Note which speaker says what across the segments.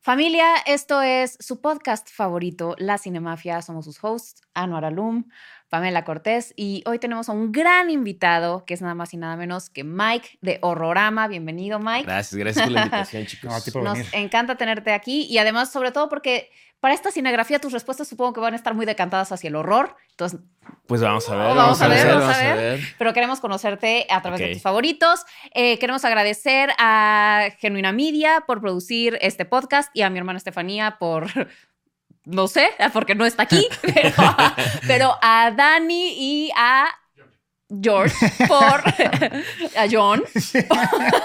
Speaker 1: Familia, esto es su podcast favorito, La Cinemafia. Somos sus hosts, Anuar Alum, Pamela Cortés, y hoy tenemos a un gran invitado, que es nada más y nada menos que Mike de Horrorama. Bienvenido, Mike.
Speaker 2: Gracias, gracias por la invitación, chicos.
Speaker 3: No, a ti por
Speaker 1: Nos
Speaker 3: venir.
Speaker 1: encanta tenerte aquí y además, sobre todo, porque para esta cinegrafía tus respuestas supongo que van a estar muy decantadas hacia el horror. Entonces,
Speaker 2: Pues vamos a ver,
Speaker 1: Vamos
Speaker 2: vamos,
Speaker 1: a
Speaker 2: a
Speaker 1: ver,
Speaker 2: ver,
Speaker 1: vamos a
Speaker 2: vamos a
Speaker 1: ver.
Speaker 2: ver.
Speaker 1: pero queremos conocerte a través de
Speaker 2: Ok.
Speaker 1: tus favoritos. Eh, queremos agradecer a Genuina Media por producir este podcast y a mi hermana Estefanía por, no sé, porque no está aquí, pero, pero a Dani y a George por, a John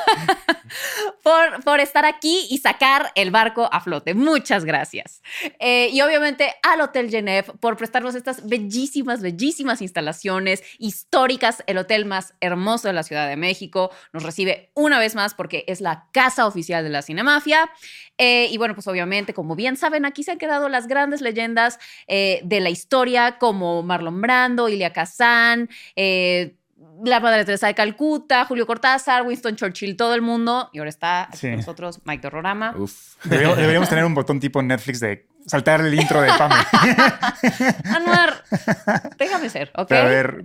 Speaker 1: por, por estar aquí y sacar el barco a flote. Muchas gracias. Eh, y obviamente al Hotel Genève por prestarnos estas bellísimas, bellísimas instalaciones históricas, el hotel más hermoso de la Ciudad de México. Nos recibe una vez más porque es la casa oficial de la Cinemafia. Eh, y bueno, pues obviamente, como bien saben, aquí se han quedado las grandes leyendas eh, de la historia, como Marlon Brando, Ilia Kazan, eh, la Madre Teresa de Calcuta, Julio Cortázar, Winston Churchill, todo el mundo. Y ahora está aquí
Speaker 3: Sí. Uh.
Speaker 1: con nosotros Mike Dorrorama.
Speaker 2: Uf.
Speaker 3: Deberíamos, deberíamos tener un botón tipo Netflix de saltar el intro de Pame.
Speaker 1: Anuar, déjame ser, ¿ok?
Speaker 3: Pero a ver,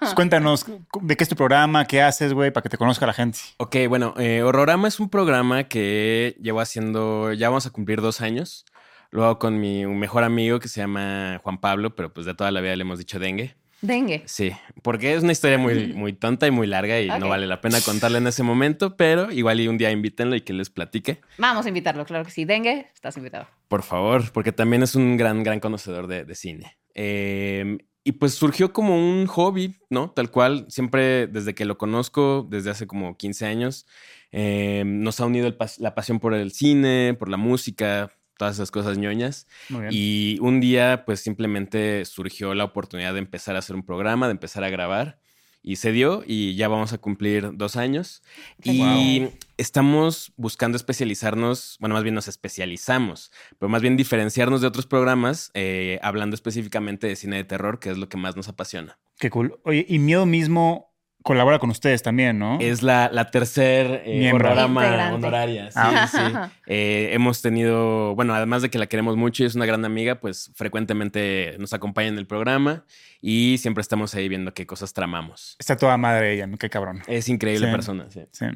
Speaker 3: pues cuéntanos de qué es tu programa, qué haces, güey, para que te conozca la gente.
Speaker 2: Ok, bueno, eh, Horrorama es un programa que llevo haciendo, ya vamos a cumplir dos años. Lo hago con mi mejor amigo que se llama Juan Pablo, pero pues de toda la vida le hemos dicho dengue.
Speaker 1: Dengue.
Speaker 2: Sí, porque es una historia muy, muy tonta y muy larga y
Speaker 1: Ok.
Speaker 2: no vale la pena contarla en ese momento, pero igual y un día invítenlo y que les platique,
Speaker 1: Vamos a invitarlo, claro que sí. Dengue, estás invitado.
Speaker 2: por favor, porque también es un gran, gran conocedor de, de cine. Eh, y pues surgió como un hobby, ¿no? Tal cual, siempre desde que lo conozco, desde hace como 15 años, eh, nos ha unido el pas- la pasión por el cine, por la música, todas esas cosas ñoñas.
Speaker 3: Muy bien.
Speaker 2: Y un día, pues simplemente surgió la oportunidad de empezar a hacer un programa, de empezar a grabar. Y se dio y ya vamos a cumplir dos años. Y estamos buscando especializarnos, bueno, más bien nos especializamos, pero más bien diferenciarnos de otros programas, eh, hablando específicamente de cine de terror, que es lo que más nos apasiona.
Speaker 3: Qué cool. Oye, y Miedo mismo colabora con ustedes también, ¿no?
Speaker 2: Es la, la tercer eh,
Speaker 3: Oh. Miembro.
Speaker 2: programa
Speaker 1: Integrante.
Speaker 2: honoraria. Sí,
Speaker 3: Ah.
Speaker 2: sí. Eh, hemos tenido, bueno, además de que la queremos mucho y es una gran amiga, pues frecuentemente nos acompaña en el programa y siempre estamos ahí viendo qué cosas tramamos.
Speaker 3: Está toda madre ella, qué cabrón.
Speaker 2: Es increíble
Speaker 3: Sí.
Speaker 2: persona, sí.
Speaker 3: Sí.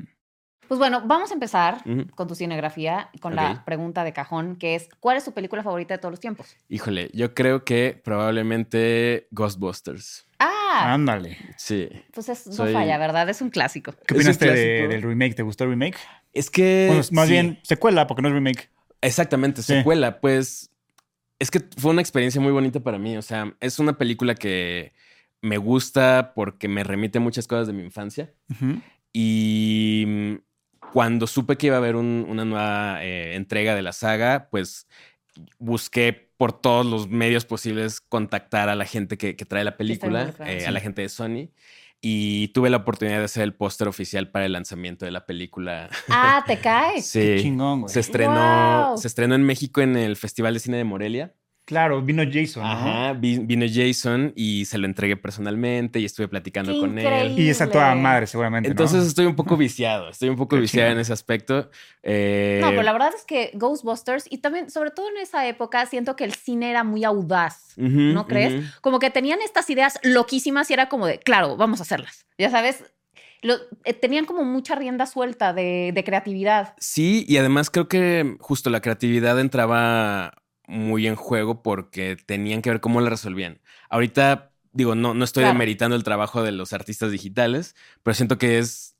Speaker 1: Pues bueno, vamos a empezar
Speaker 2: Ujú.
Speaker 1: con tu cinegrafía, y con la
Speaker 2: Mm. Ok.
Speaker 1: pregunta de cajón, que es, ¿cuál es tu película favorita de todos los tiempos?
Speaker 2: Híjole, yo creo que probablemente Ghostbusters.
Speaker 1: Ah,
Speaker 3: Ándale.
Speaker 2: Sí.
Speaker 1: pues es, no
Speaker 2: soy-
Speaker 1: falla, ¿verdad? Es un clásico.
Speaker 2: Es
Speaker 3: ¿Qué
Speaker 2: un
Speaker 3: opinaste de-
Speaker 2: clásico.
Speaker 3: del remake? ¿Te gustó el remake?
Speaker 2: Es que.
Speaker 3: Bueno, más
Speaker 2: sí.
Speaker 3: bien secuela, porque no es remake.
Speaker 2: Exactamente,
Speaker 3: Sí.
Speaker 2: secuela. Pues es que fue una experiencia muy bonita para mí. O sea, es una película que me gusta porque me remite a muchas cosas de mi infancia. Y mm, cuando supe que iba a haber un- una nueva eh, entrega de la saga, pues busqué por todos los medios posibles contactar a la gente que, que trae la película,
Speaker 1: involucrada,
Speaker 2: eh,
Speaker 1: sí.
Speaker 2: a la gente de Sony. Y tuve la oportunidad de hacer el póster oficial para el lanzamiento de la película.
Speaker 1: Ah, ¿te cae?
Speaker 2: Sí.
Speaker 3: Qué chingón, güey.
Speaker 2: Se estrenó,
Speaker 1: Wow.
Speaker 2: se estrenó en México en el Festival de Cine de Morelia.
Speaker 3: Claro, vino Jason. ¿no?
Speaker 2: Ajá, vi- vino Jason y se lo entregué personalmente y estuve platicando
Speaker 1: Qué
Speaker 2: con él.
Speaker 1: increíble.
Speaker 3: Y está toda madre, seguramente. ¿no?
Speaker 2: Entonces estoy un poco viciado, estoy un poco
Speaker 3: Qué
Speaker 2: viciado en
Speaker 3: chingón.
Speaker 2: ese aspecto. Eh,
Speaker 1: No, pero la verdad es que Ghostbusters, y también, sobre todo en esa época, siento que el cine era muy audaz.
Speaker 2: ujú,
Speaker 1: ¿No crees?
Speaker 2: ujú.
Speaker 1: Como que tenían estas ideas loquísimas y era como de, claro, vamos a hacerlas. Ya sabes, Lo- eh, tenían como mucha rienda suelta de, de creatividad.
Speaker 2: Sí, y además creo que justo la creatividad entraba muy en juego porque tenían que ver cómo la resolvían. Ahorita, digo, no, no estoy
Speaker 1: Claro.
Speaker 2: demeritando el trabajo de los artistas digitales, pero siento que es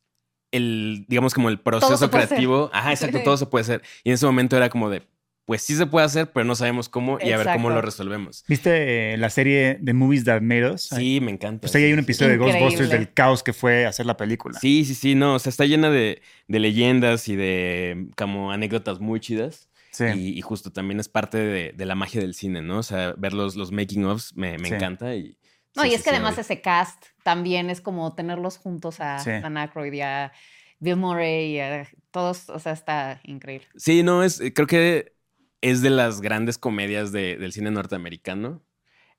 Speaker 2: el, digamos, como el
Speaker 1: se
Speaker 2: proceso
Speaker 1: puede hacer.
Speaker 2: creativo. Ajá, exacto, todo se puede hacer. Y en ese momento era como de, pues sí se puede hacer, pero no sabemos cómo y a ver cómo
Speaker 1: Exacto.
Speaker 2: lo resolvemos.
Speaker 3: ¿Viste eh, la serie de Movies That Made Us?
Speaker 2: Sí, me encanta.
Speaker 3: Pues ahí hay un
Speaker 2: Sí, sí, sí.
Speaker 3: episodio de Ghostbusters
Speaker 1: Increíble.
Speaker 3: del caos que fue hacer la película.
Speaker 2: Sí, sí, sí, no, o sea, está llena de, de leyendas y de como anécdotas muy chidas.
Speaker 3: Sí.
Speaker 2: Y, y justo también es parte de, de la magia del cine, ¿no? O sea, ver los, los making ofs me, me
Speaker 3: Sí.
Speaker 2: encanta y.
Speaker 1: No,
Speaker 2: sí,
Speaker 1: y
Speaker 2: sí,
Speaker 1: es que
Speaker 2: sí,
Speaker 1: además
Speaker 2: obvio.
Speaker 1: ese cast también es como tenerlos juntos a
Speaker 3: Sí.
Speaker 1: Dana Aykroyd y a Bill Murray y a todos, o sea, está increíble.
Speaker 2: Sí, no, es. eh, Creo que es de las grandes comedias de- del cine norteamericano.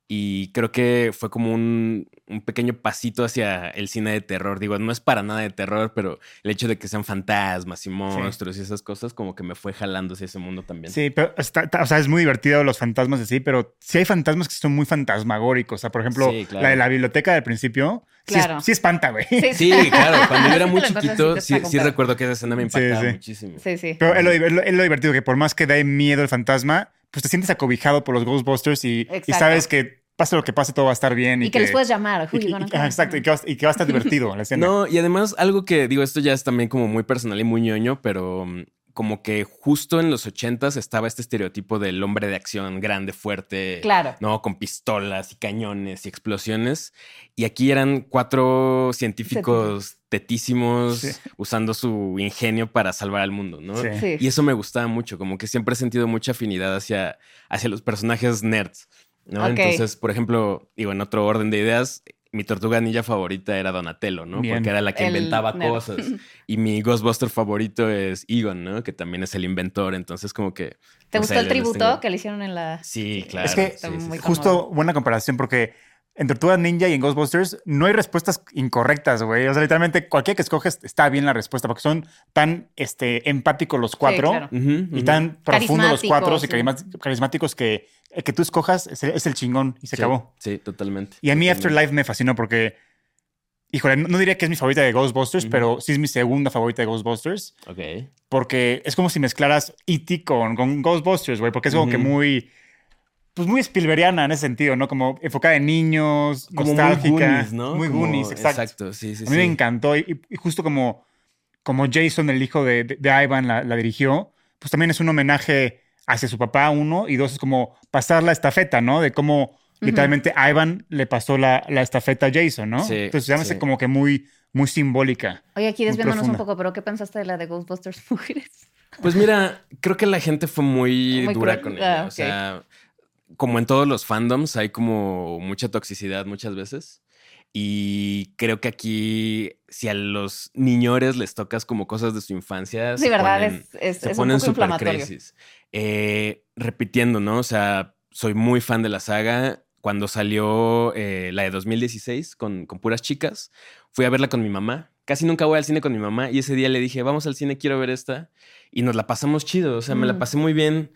Speaker 2: Y creo que fue como un, un pequeño pasito hacia el cine de terror. Digo, no es para nada de terror, pero el hecho de que sean fantasmas y monstruos y esas cosas, como que me fue jalando hacia ese mundo también.
Speaker 3: Sí, pero está- está- o sea, es muy divertido los fantasmas así, pero sí hay fantasmas que son muy fantasmagóricos. O sea, por ejemplo,
Speaker 2: Sí, claro.
Speaker 3: la de la biblioteca del principio, sí, es-
Speaker 1: Claro.
Speaker 3: sí espanta, güey.
Speaker 2: Sí, claro. Cuando yo era muy
Speaker 1: Las cosas sí
Speaker 2: chiquito,
Speaker 1: te
Speaker 2: sí,
Speaker 1: sacan
Speaker 2: sí
Speaker 1: para-
Speaker 2: recuerdo que esa escena me
Speaker 3: Sí,
Speaker 2: impactaba
Speaker 3: sí.
Speaker 2: muchísimo.
Speaker 1: Sí, sí.
Speaker 3: Pero es lo, es lo- es lo divertido, que por más que dé miedo el fantasma, pues te sientes acobijado por los Ghostbusters y, y
Speaker 1: Exacto.
Speaker 3: sabes que pase lo que pase, todo va a estar bien. Y,
Speaker 1: Y que les puedes llamar. who
Speaker 3: y-
Speaker 1: you
Speaker 3: y-
Speaker 1: gonna
Speaker 3: y-
Speaker 2: ah,
Speaker 1: call.
Speaker 3: ajá, exacto, y que, va, y que va a estar divertido la escena.
Speaker 2: No, y además algo que digo, esto ya es también como muy personal y muy ñoño, pero mm, como que justo en los ochentas estaba este estereotipo del hombre de acción grande, fuerte,
Speaker 1: Claro.
Speaker 2: ¿no? Con pistolas y cañones y explosiones. Y aquí eran cuatro científicos tetísimos
Speaker 3: Sí.
Speaker 2: usando su ingenio para salvar al mundo, ¿no?
Speaker 3: Sí.
Speaker 1: Sí.
Speaker 2: Y eso me gustaba mucho, como que siempre he sentido mucha afinidad hacia, hacia los personajes nerds, ¿no?
Speaker 1: Ok.
Speaker 2: Entonces, por ejemplo, digo, en otro orden de ideas, mi tortuga ninja favorita era Donatello, ¿no?
Speaker 3: Bien.
Speaker 2: Porque era la que
Speaker 1: El
Speaker 2: inventaba
Speaker 1: nerd.
Speaker 2: cosas. Y mi Ghostbuster favorito es Egon, ¿no? Que también es el inventor, entonces como que...
Speaker 1: ¿Te
Speaker 2: no
Speaker 1: gustó
Speaker 2: sé,
Speaker 1: el
Speaker 2: les tengo-
Speaker 1: tributo que le hicieron en la.
Speaker 2: Sí, claro.
Speaker 3: Es que
Speaker 2: sí, sí,
Speaker 1: Ah, muy
Speaker 2: sí.
Speaker 3: Justo
Speaker 1: conmovedor.
Speaker 3: buena comparación porque en Tortuga Ninja y en Ghostbusters no hay respuestas incorrectas, güey. O sea, literalmente cualquiera que escoges está bien la respuesta porque son tan este, empáticos los cuatro
Speaker 1: claro.
Speaker 2: Ujú,
Speaker 3: y
Speaker 2: ujú.
Speaker 3: tan profundos los cuatro y
Speaker 1: Carismáticos,
Speaker 3: carisma- carismáticos que el que tú escojas es el, es el chingón y se
Speaker 2: Sí,
Speaker 3: acabó.
Speaker 2: Sí, totalmente.
Speaker 3: Y a mí
Speaker 2: totalmente.
Speaker 3: Afterlife me fascinó porque, híjole, no, no diría que es mi favorita de Ghostbusters,
Speaker 2: Ujú.
Speaker 3: pero sí es mi segunda favorita de Ghostbusters
Speaker 2: Ok.
Speaker 3: porque es como si mezclaras E.T. con, con Ghostbusters, güey, porque es como que
Speaker 2: Ujú.
Speaker 3: muy, pues muy Spielbergiana en ese sentido, ¿no? Como enfocada en niños,
Speaker 2: Como muy
Speaker 3: nostálgica,
Speaker 2: Goonies, ¿no?
Speaker 3: Muy
Speaker 2: Como-
Speaker 3: Goonies, exacto.
Speaker 2: sí, sí,
Speaker 3: A mí me
Speaker 2: sí.
Speaker 3: encantó y, y justo como, como Jason, el hijo de, de- de Ivan, la, la dirigió, pues también es un homenaje hacia su papá, uno, y dos, es como pasar la estafeta, ¿no? De cómo literalmente Ivan le pasó la, la estafeta a Jason, ¿no?
Speaker 2: Sí,
Speaker 3: Entonces, se me hace
Speaker 2: sí.
Speaker 3: como que muy, muy simbólica.
Speaker 1: Oye, aquí desviándonos un
Speaker 3: profunda.
Speaker 1: poco, pero ¿qué pensaste de la de Ghostbusters Mujeres?
Speaker 2: Pues mira, creo que la gente fue muy,
Speaker 1: Muy cruel.
Speaker 2: dura con ella.
Speaker 1: Ah,
Speaker 2: O sea, como en todos los fandoms, hay como mucha toxicidad muchas veces. Y creo que aquí, si a los niñores les tocas como cosas de su infancia,
Speaker 1: Sí,
Speaker 2: se
Speaker 1: ¿verdad?
Speaker 2: ponen-
Speaker 1: es es,
Speaker 2: se
Speaker 1: es un
Speaker 2: ponen
Speaker 1: poco
Speaker 2: super
Speaker 1: inflamatorio.
Speaker 2: crisis. Eh, repitiendo, ¿no? O sea, soy muy fan de la saga. Cuando salió eh, la de 2016 con, con puras chicas, fui a verla con mi mamá. Casi nunca voy al cine con mi mamá y ese día le dije, vamos al cine, quiero ver esta. Y nos la pasamos chido, o sea, me la
Speaker 1: Mm.
Speaker 2: pasé muy bien.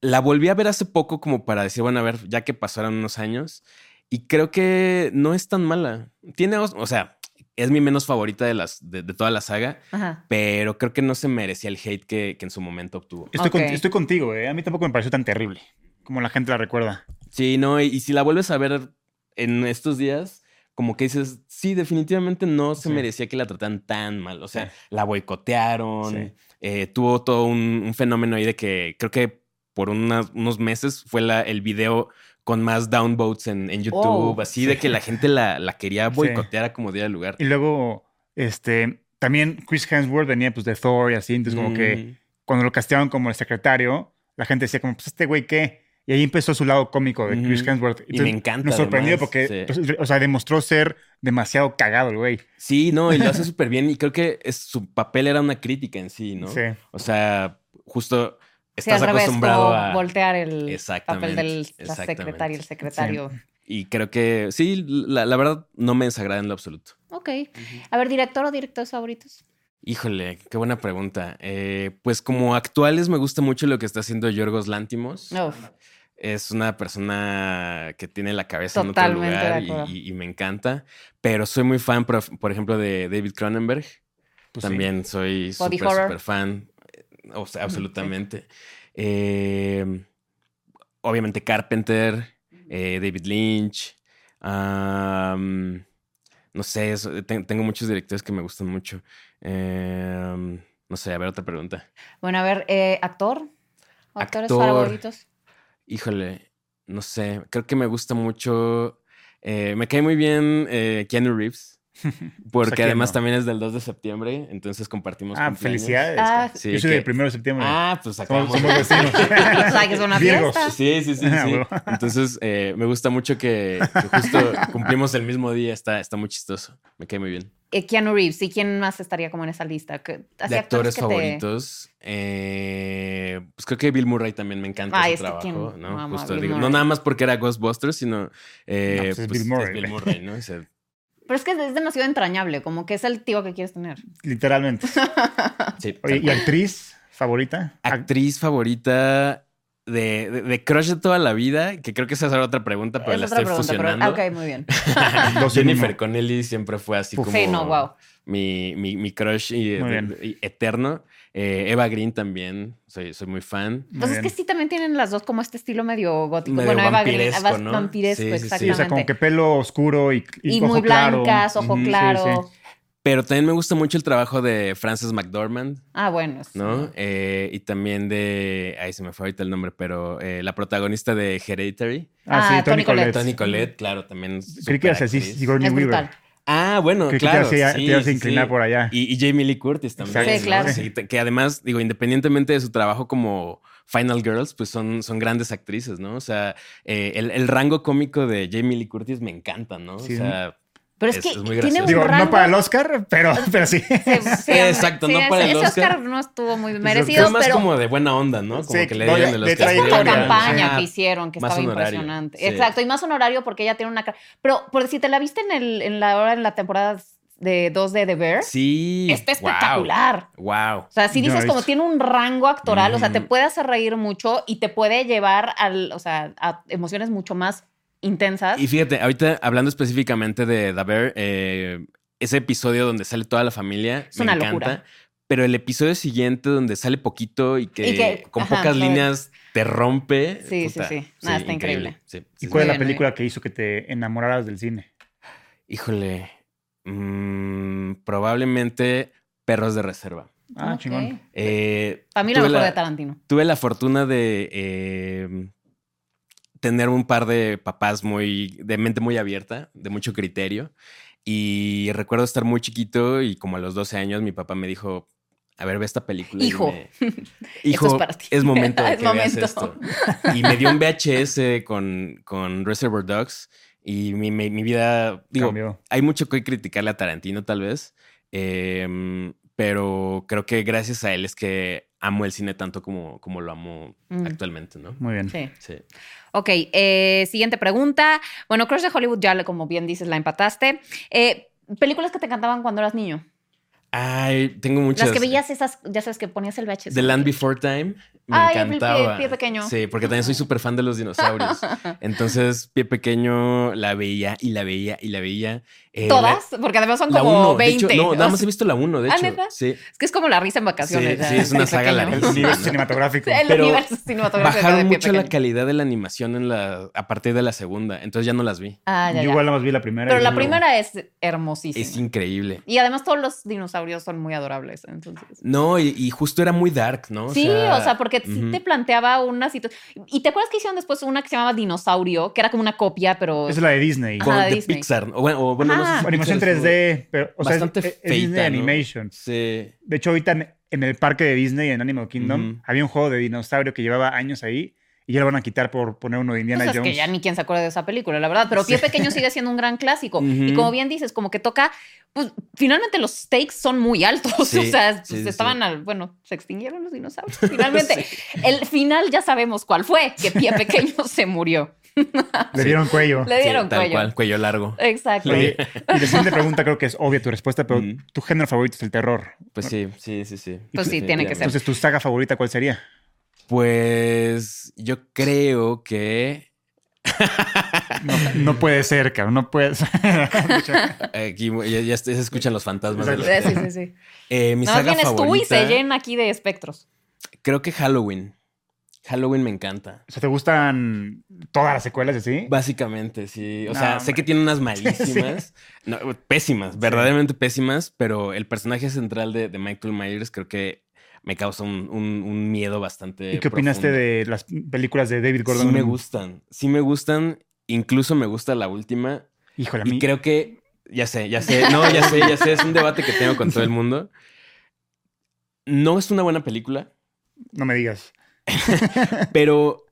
Speaker 2: La volví a ver hace poco como para decir, bueno, a ver, ya que pasaron unos años. Y creo que no es tan mala. Tiene, os- o sea, es mi menos favorita de, las, de- de toda la saga,
Speaker 1: Ajá.
Speaker 2: pero creo que no se merecía el hate que, que en su momento obtuvo.
Speaker 3: Estoy, con-
Speaker 1: Ok.
Speaker 3: estoy contigo, ¿eh? A mí tampoco me pareció tan terrible como la gente la recuerda.
Speaker 2: Sí, no, y, y si la vuelves a ver en estos días, como que dices, sí, definitivamente no se
Speaker 3: Sí.
Speaker 2: merecía que la trataran tan mal. O sea,
Speaker 3: Sí.
Speaker 2: la boicotearon,
Speaker 3: Sí.
Speaker 2: eh, tuvo todo un, un fenómeno ahí de que creo que por unas- unos meses fue la, el video con más downvotes en, en YouTube,
Speaker 1: Oh.
Speaker 2: así de que la gente la, la quería
Speaker 3: Sí.
Speaker 2: boicotear a como diera lugar.
Speaker 3: Y luego, este, también Chris Hemsworth venía pues de Thor y así, entonces como que
Speaker 2: Mm,
Speaker 3: cuando lo castearon como el secretario, la gente decía como, pues este güey qué. Y ahí empezó su lado cómico de
Speaker 2: Ujú.
Speaker 3: Chris Hemsworth.
Speaker 2: Y me encanta,
Speaker 3: Nos sorprendió
Speaker 2: además,
Speaker 3: porque,
Speaker 2: sí.
Speaker 3: pues, o sea, demostró ser demasiado cagado el güey.
Speaker 2: Sí, no, y lo hace súper bien. Y creo que es- su papel era una crítica en sí, ¿no?
Speaker 3: Sí.
Speaker 2: O sea, justo
Speaker 1: Sí,
Speaker 2: estás
Speaker 1: al revés,
Speaker 2: acostumbrado
Speaker 1: como
Speaker 2: a.
Speaker 1: voltear el papel
Speaker 2: Exactamente,
Speaker 1: del la
Speaker 2: exactamente.
Speaker 1: secretaria, el secretario.
Speaker 2: Y creo que sí, la, la verdad no me desagrada en lo absoluto.
Speaker 1: Ok. A ver, director o directores favoritos.
Speaker 2: Híjole, qué buena pregunta. Eh, pues como actuales me gusta mucho lo que está haciendo Yorgos Lántimos.
Speaker 1: Uf,
Speaker 2: Es una persona que tiene la cabeza
Speaker 1: Totalmente de
Speaker 2: en otro
Speaker 1: acuerdo.
Speaker 2: lugar y, y- y me encanta. Pero soy muy fan, prof- por ejemplo, de David Cronenberg.
Speaker 3: Pues, sí.
Speaker 2: También soy
Speaker 1: Body
Speaker 2: súper,
Speaker 1: horror.
Speaker 2: súper fan. Eh, o sea, absolutamente. Eh, obviamente Carpenter, eh, David Lynch. am, no sé, eso- ten- tengo muchos directores que me gustan mucho. Em, no sé, a ver otra pregunta.
Speaker 1: Bueno, a ver, eh, actor. ¿O Actores
Speaker 2: Actor.
Speaker 1: favoritos.
Speaker 2: Híjole, no sé, creo que me gusta mucho. eh, me cae muy bien eh, Keanu Reeves. Porque
Speaker 3: quién
Speaker 2: además
Speaker 3: no?
Speaker 2: también es del 2 de septiembre, entonces compartimos.
Speaker 3: Ah,
Speaker 2: cumpleaños.
Speaker 3: felicidades.
Speaker 1: Ah,
Speaker 2: Sí,
Speaker 3: Yo soy del
Speaker 2: que-
Speaker 3: primero de septiembre.
Speaker 2: Ah, pues
Speaker 3: somos,
Speaker 2: acabamos.
Speaker 3: somos vecinos.
Speaker 1: O sea, que es una
Speaker 3: Virgos.
Speaker 1: fiesta.
Speaker 2: Sí, sí, sí.
Speaker 3: Ah,
Speaker 2: sí.
Speaker 3: huevo.
Speaker 2: Entonces, eh, me gusta mucho que, que justo cumplimos el mismo día. Está, está muy chistoso. Me cae muy bien.
Speaker 1: eh, Keanu Reeves. ¿Y quién más estaría como en esa lista? Que- así
Speaker 2: de actores
Speaker 1: que te-
Speaker 2: favoritos. eh, pues creo que Bill Murray también me encanta
Speaker 1: Ay,
Speaker 2: su
Speaker 1: es que
Speaker 2: trabajo,
Speaker 1: quién no
Speaker 2: ¿no?
Speaker 1: ama a
Speaker 2: Justo,
Speaker 1: Bill
Speaker 2: digo, no
Speaker 1: Murray.
Speaker 2: nada más porque era Ghostbusters, sino eh,
Speaker 3: No, pues es Bill Murray, güey.
Speaker 2: Murray, ¿no? O sea,
Speaker 1: Pero es que es demasiado entrañable, como que es el tío que quieres tener.
Speaker 3: Literalmente.
Speaker 2: sí,
Speaker 3: Oye,
Speaker 2: tal
Speaker 3: ¿y actriz favorita?
Speaker 2: Actriz favorita de, de, de crush de toda la vida, que creo que esa es otra pregunta, pero
Speaker 1: es
Speaker 2: Pues la
Speaker 1: otra
Speaker 2: estoy
Speaker 1: pregunta, pero-
Speaker 2: fusionando.
Speaker 1: ok, muy bien.
Speaker 3: Ac- dos en
Speaker 2: Jennifer
Speaker 3: uno.
Speaker 2: Connelly siempre fue así
Speaker 3: Uf.
Speaker 2: como
Speaker 1: Sí, no, wow.
Speaker 2: mi, mi, mi crush y-
Speaker 3: Muy bien.
Speaker 2: y eterno. Eh, Eva Green también, soy, soy muy fan.
Speaker 3: Muy
Speaker 1: Entonces Pues es que
Speaker 3: bien.
Speaker 1: sí también tienen las dos como este estilo medio gótico.
Speaker 2: Medio
Speaker 1: bueno, Eva Green,
Speaker 2: vampiresco,
Speaker 1: Eva-
Speaker 2: ¿no?
Speaker 1: vampiresco,
Speaker 2: Sí, sí, sí.
Speaker 3: Sí, o sea,
Speaker 1: exactamente.
Speaker 3: como que pelo oscuro y,
Speaker 1: y
Speaker 3: ojo
Speaker 1: muy
Speaker 3: claro.
Speaker 1: blancas, ojo
Speaker 2: Ujú, sí,
Speaker 1: claro.
Speaker 2: Pero también me gusta mucho el trabajo de Frances McDormand,
Speaker 1: Ah, bueno. sí.
Speaker 2: ¿no? Eh, y también de. Ahí se me fue ahorita el nombre, pero eh, la protagonista de Hereditary.
Speaker 3: Ah,
Speaker 1: Ah,
Speaker 3: sí,
Speaker 1: Toni
Speaker 3: Tony
Speaker 1: Collette.
Speaker 3: Collette.
Speaker 2: Tony Colette, claro, también. es
Speaker 3: Creí que ibas a decir
Speaker 2: superactriz.
Speaker 3: Sigourney
Speaker 1: Es
Speaker 3: Weaver.
Speaker 1: brutal.
Speaker 2: Ah, bueno,
Speaker 3: Creí que te
Speaker 2: claro.
Speaker 3: ibas a- te
Speaker 2: sí,
Speaker 3: ibas a
Speaker 2: sí,
Speaker 3: inclinar
Speaker 2: sí.
Speaker 3: por allá.
Speaker 2: Y, y Jamie Lee Curtis también.
Speaker 3: Exacto.
Speaker 1: Sí,
Speaker 2: ¿no?
Speaker 1: claro.
Speaker 2: Sí, te- que además, digo, independientemente de su trabajo como Final Girls, pues son, son grandes actrices, ¿no? O sea, eh, el, el rango cómico de Jamie Lee Curtis me encanta, ¿no?
Speaker 3: Sí.
Speaker 2: O sea,
Speaker 1: Pero es,
Speaker 2: Es-
Speaker 1: que
Speaker 2: es muy
Speaker 1: tiene
Speaker 2: gracioso.
Speaker 1: un
Speaker 3: Digo,
Speaker 1: rango.
Speaker 3: no para el Oscar, pero, pero sí.
Speaker 1: Sí, sí,
Speaker 2: exacto, no para el
Speaker 1: ese Oscar.
Speaker 2: Oscar. Pues
Speaker 1: no estuvo muy
Speaker 2: es
Speaker 1: merecido,
Speaker 2: más
Speaker 1: pero
Speaker 2: como de buena onda, ¿no? Como
Speaker 3: Sí,
Speaker 2: que le
Speaker 3: no,
Speaker 2: dieron
Speaker 3: de-
Speaker 2: el
Speaker 3: de
Speaker 2: Oscar.
Speaker 1: es por la
Speaker 3: trayectoria,
Speaker 1: campaña
Speaker 2: Ajá.
Speaker 1: que hicieron, que
Speaker 2: Más
Speaker 1: estaba
Speaker 2: honorario,
Speaker 1: impresionante.
Speaker 2: sí.
Speaker 1: Exacto, y más honorario porque ella tiene una cara. Pero, pero si te la viste en, el, en la hora, en la temporada de 2 de The Bear,
Speaker 2: Sí.
Speaker 1: está
Speaker 2: Wow.
Speaker 1: espectacular.
Speaker 2: Wow.
Speaker 1: O sea, si
Speaker 3: Ya
Speaker 1: dices como
Speaker 3: ves.
Speaker 1: tiene un rango actoral, o sea, te
Speaker 2: Ujú.
Speaker 1: puede hacer reír mucho y te puede llevar al, o sea, a emociones mucho más intensas.
Speaker 2: Y fíjate, ahorita hablando específicamente de Daver, eh, ese episodio donde sale toda la familia
Speaker 1: Es
Speaker 2: me
Speaker 1: una
Speaker 2: encanta.
Speaker 1: locura.
Speaker 2: Pero el episodio siguiente donde sale poquito y que,
Speaker 1: Y que-
Speaker 2: con
Speaker 1: ajá,
Speaker 2: pocas
Speaker 1: lo de-
Speaker 2: líneas te rompe.
Speaker 1: Sí, sí, sí. Nada, está increíble.
Speaker 2: Sí, sí,
Speaker 3: ¿Y
Speaker 2: sí.
Speaker 3: cuál es la
Speaker 1: Muy bien, muy
Speaker 3: película que hizo que te enamoraras del cine?
Speaker 2: Híjole. mm, probablemente Perros de Reserva.
Speaker 3: Ah,
Speaker 1: Ok.
Speaker 3: chingón.
Speaker 2: Eh,
Speaker 1: Para mí la
Speaker 2: tuve
Speaker 1: mejor de Tarantino.
Speaker 2: tuve la fortuna de eh, tener un par de papás muy de mente muy abierta, de mucho criterio. Y recuerdo estar muy chiquito y como a los 12 años mi papá me dijo, a ver, ve esta película. y
Speaker 1: Hijo.
Speaker 2: dime,
Speaker 1: Esto
Speaker 2: Hijo,
Speaker 1: es
Speaker 2: es,
Speaker 1: para ti".
Speaker 2: momento de
Speaker 1: Es
Speaker 2: que veas
Speaker 1: momento.
Speaker 2: esto. Y me dio un VHS con, con Reservoir Dogs y mi, mi- mi vida, digo,
Speaker 3: Cambió.
Speaker 2: hay mucho que criticarle a Tarantino, tal vez. eh, pero creo que gracias a él es que amo el cine tanto como, como lo amo
Speaker 1: Mm.
Speaker 2: actualmente, ¿no?
Speaker 3: Muy bien.
Speaker 1: Sí.
Speaker 2: Sí.
Speaker 1: Ok, eh, siguiente pregunta. Bueno, Crush de Hollywood, ya le- como bien dices, la empataste. Eh, películas que te encantaban cuando eras niño.
Speaker 2: Ay, tengo muchas.
Speaker 1: Las que veías esas, ya sabes que ponías el VHS.
Speaker 2: The Land Before Time. Me
Speaker 1: Ay, el pie-
Speaker 2: encantaba.
Speaker 1: pie pequeño.
Speaker 2: Sí, porque también soy súper fan de los dinosaurios. Entonces, pie pequeño la veía y la veía y la veía. Eh, la-
Speaker 1: Todas, porque además son
Speaker 2: La
Speaker 1: como
Speaker 2: 1, de
Speaker 1: 20.
Speaker 2: hecho, no,
Speaker 1: O
Speaker 2: nada más he
Speaker 1: sea,
Speaker 2: visto la 1, de
Speaker 1: ¿Ah,
Speaker 2: hecho.
Speaker 1: neta?
Speaker 2: Sí.
Speaker 1: es que es como la risa en vacaciones.
Speaker 2: Sí,
Speaker 1: ya,
Speaker 2: sí, es una
Speaker 1: desde
Speaker 2: saga
Speaker 1: pequeño.
Speaker 2: larga.
Speaker 3: El
Speaker 2: Sí,
Speaker 3: universo
Speaker 2: ¿no?
Speaker 3: cinematográfico.
Speaker 1: El
Speaker 2: Pero
Speaker 1: universo cinematográfico.
Speaker 2: Bajaron
Speaker 1: de pie
Speaker 2: mucho la
Speaker 1: pequeño.
Speaker 2: calidad de la animación en la, a partir de la segunda, entonces ya no las vi.
Speaker 1: Ah, ya,
Speaker 3: Yo
Speaker 1: ya.
Speaker 3: igual nada más vi la primera.
Speaker 1: Pero
Speaker 3: y
Speaker 1: la
Speaker 3: luego-
Speaker 1: primera es
Speaker 2: Es
Speaker 1: hermosísima.
Speaker 2: increíble.
Speaker 1: y además todos los dinosaurios son muy adorables, entonces.
Speaker 2: No, y, y justo era muy dark, ¿no?
Speaker 1: sí, o sea, porque sí
Speaker 2: ujú.
Speaker 1: te planteaba una situación. ¿Y te acuerdas que hicieron después una que se llamaba Dinosaurio, que era como una copia, pero
Speaker 3: Esa es la de Disney.
Speaker 1: Ajá.
Speaker 2: con
Speaker 1: la
Speaker 2: de
Speaker 1: Disney.
Speaker 2: Pixar. O bueno, o bueno, no sé
Speaker 1: Ajá.
Speaker 2: si
Speaker 3: Animación
Speaker 2: Pixar es
Speaker 3: 3D. Pero, o sea, es-
Speaker 2: bastante
Speaker 3: es, es Disney
Speaker 2: feita, ¿no?
Speaker 3: Animation.
Speaker 2: Sí.
Speaker 3: De hecho, ahorita en, en el parque de Disney, en Animal Kingdom,
Speaker 2: Ujú.
Speaker 3: había un juego de dinosaurio que llevaba años ahí y ya lo van a quitar por poner uno de Indiana
Speaker 1: Pues es
Speaker 3: Jones.
Speaker 1: que ya ni quien se acuerda de esa película, la verdad. Pero Pie Pequeño sigue siendo un gran clásico. Y
Speaker 2: Ujú.
Speaker 1: como bien dices, como que toca, pues finalmente los stakes son muy altos.
Speaker 2: Sí,
Speaker 1: o sea,
Speaker 2: sí,
Speaker 1: pues,
Speaker 2: sí,
Speaker 1: estaban, al- bueno, se extinguieron los dinosaurios. Finalmente, el final ya sabemos cuál fue, que Pie Pequeño se murió.
Speaker 3: Le dieron cuello.
Speaker 1: Le dieron
Speaker 2: sí, tal
Speaker 1: cuello.
Speaker 2: cual, cuello largo.
Speaker 1: Exacto.
Speaker 3: Oye, y la siguiente pregunta creo que es obvia tu respuesta, pero
Speaker 2: Ujú.
Speaker 3: tu género favorito es el terror.
Speaker 2: Pues sí, sí, sí, sí.
Speaker 1: Pues sí, tiene que ser.
Speaker 2: Definitivamente.
Speaker 3: Entonces, ¿tu saga favorita cuál sería?
Speaker 2: Pues yo creo que
Speaker 3: No, no puede ser, cabrón, no puede ser.
Speaker 2: aquí ya, ya se escuchan los fantasmas. de
Speaker 3: Exacto.
Speaker 1: Sí, sí,
Speaker 2: la-
Speaker 1: sí.
Speaker 2: Eh, mi
Speaker 1: Nada más
Speaker 2: saga
Speaker 1: vienes tú y
Speaker 2: favorita.
Speaker 1: se llena aquí de espectros.
Speaker 2: Creo que Halloween. Halloween me encanta.
Speaker 3: O sea, ¿te gustan todas las secuelas y así?
Speaker 2: Básicamente, sí. O
Speaker 3: No,
Speaker 2: sea,
Speaker 3: hombre.
Speaker 2: sé que tiene unas malísimas, no, pésimas, verdaderamente pésimas, pero el personaje central de, de Michael Myers creo que me causa un, un- un miedo bastante.
Speaker 3: ¿Y qué opinaste
Speaker 2: profundo.
Speaker 3: de las películas de David Gordon?
Speaker 2: Sí me gustan, sí me gustan, incluso me gusta la última.
Speaker 3: Híjole, a
Speaker 2: Y
Speaker 3: mí.
Speaker 2: creo que, ya sé, ya sé, no, ya sé, ya sé, es un debate que tengo con todo el mundo. No es una buena película,
Speaker 3: No me digas.
Speaker 2: pero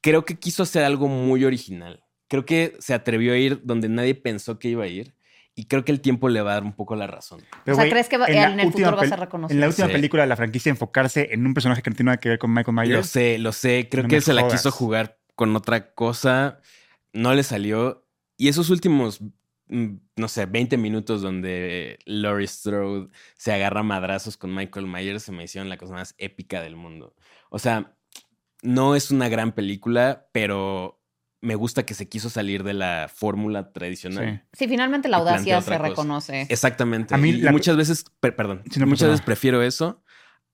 Speaker 2: creo que quiso hacer algo muy original. Creo que se atrevió a ir donde nadie pensó que iba a ir Y creo que el tiempo le va a dar un poco la razón.
Speaker 1: o
Speaker 3: Pero,
Speaker 1: sea,
Speaker 3: güey,
Speaker 1: ¿crees que va-
Speaker 3: en la
Speaker 1: en, el
Speaker 3: última
Speaker 1: futuro vas a
Speaker 3: pel-
Speaker 1: reconocer?
Speaker 3: En la última
Speaker 2: Sí.
Speaker 3: película de la franquicia, enfocarse en un personaje que no tiene nada que ver con Michael
Speaker 2: Lo Ah,
Speaker 3: Myers.
Speaker 2: sé, lo sé. Creo
Speaker 3: No
Speaker 2: que
Speaker 3: me
Speaker 2: se la
Speaker 3: jodas.
Speaker 2: quiso jugar con otra cosa. No le salió. Y esos últimos, mm, no sé, 20 minutos donde Laurie Strode se agarra a madrazos con Michael Myers se me hicieron la cosa más épica del mundo. O sea, no es una gran película, pero me gusta que se quiso salir de la fórmula tradicional.
Speaker 3: Sí.
Speaker 1: Si finalmente la
Speaker 2: Y plantea
Speaker 1: audacia se
Speaker 2: otra cosa.
Speaker 1: reconoce.
Speaker 2: Exactamente.
Speaker 3: A mí
Speaker 2: Y
Speaker 3: la-
Speaker 2: muchas veces, per- perdón,
Speaker 3: Sí, no pasa
Speaker 2: muchas
Speaker 3: nada.
Speaker 2: veces prefiero eso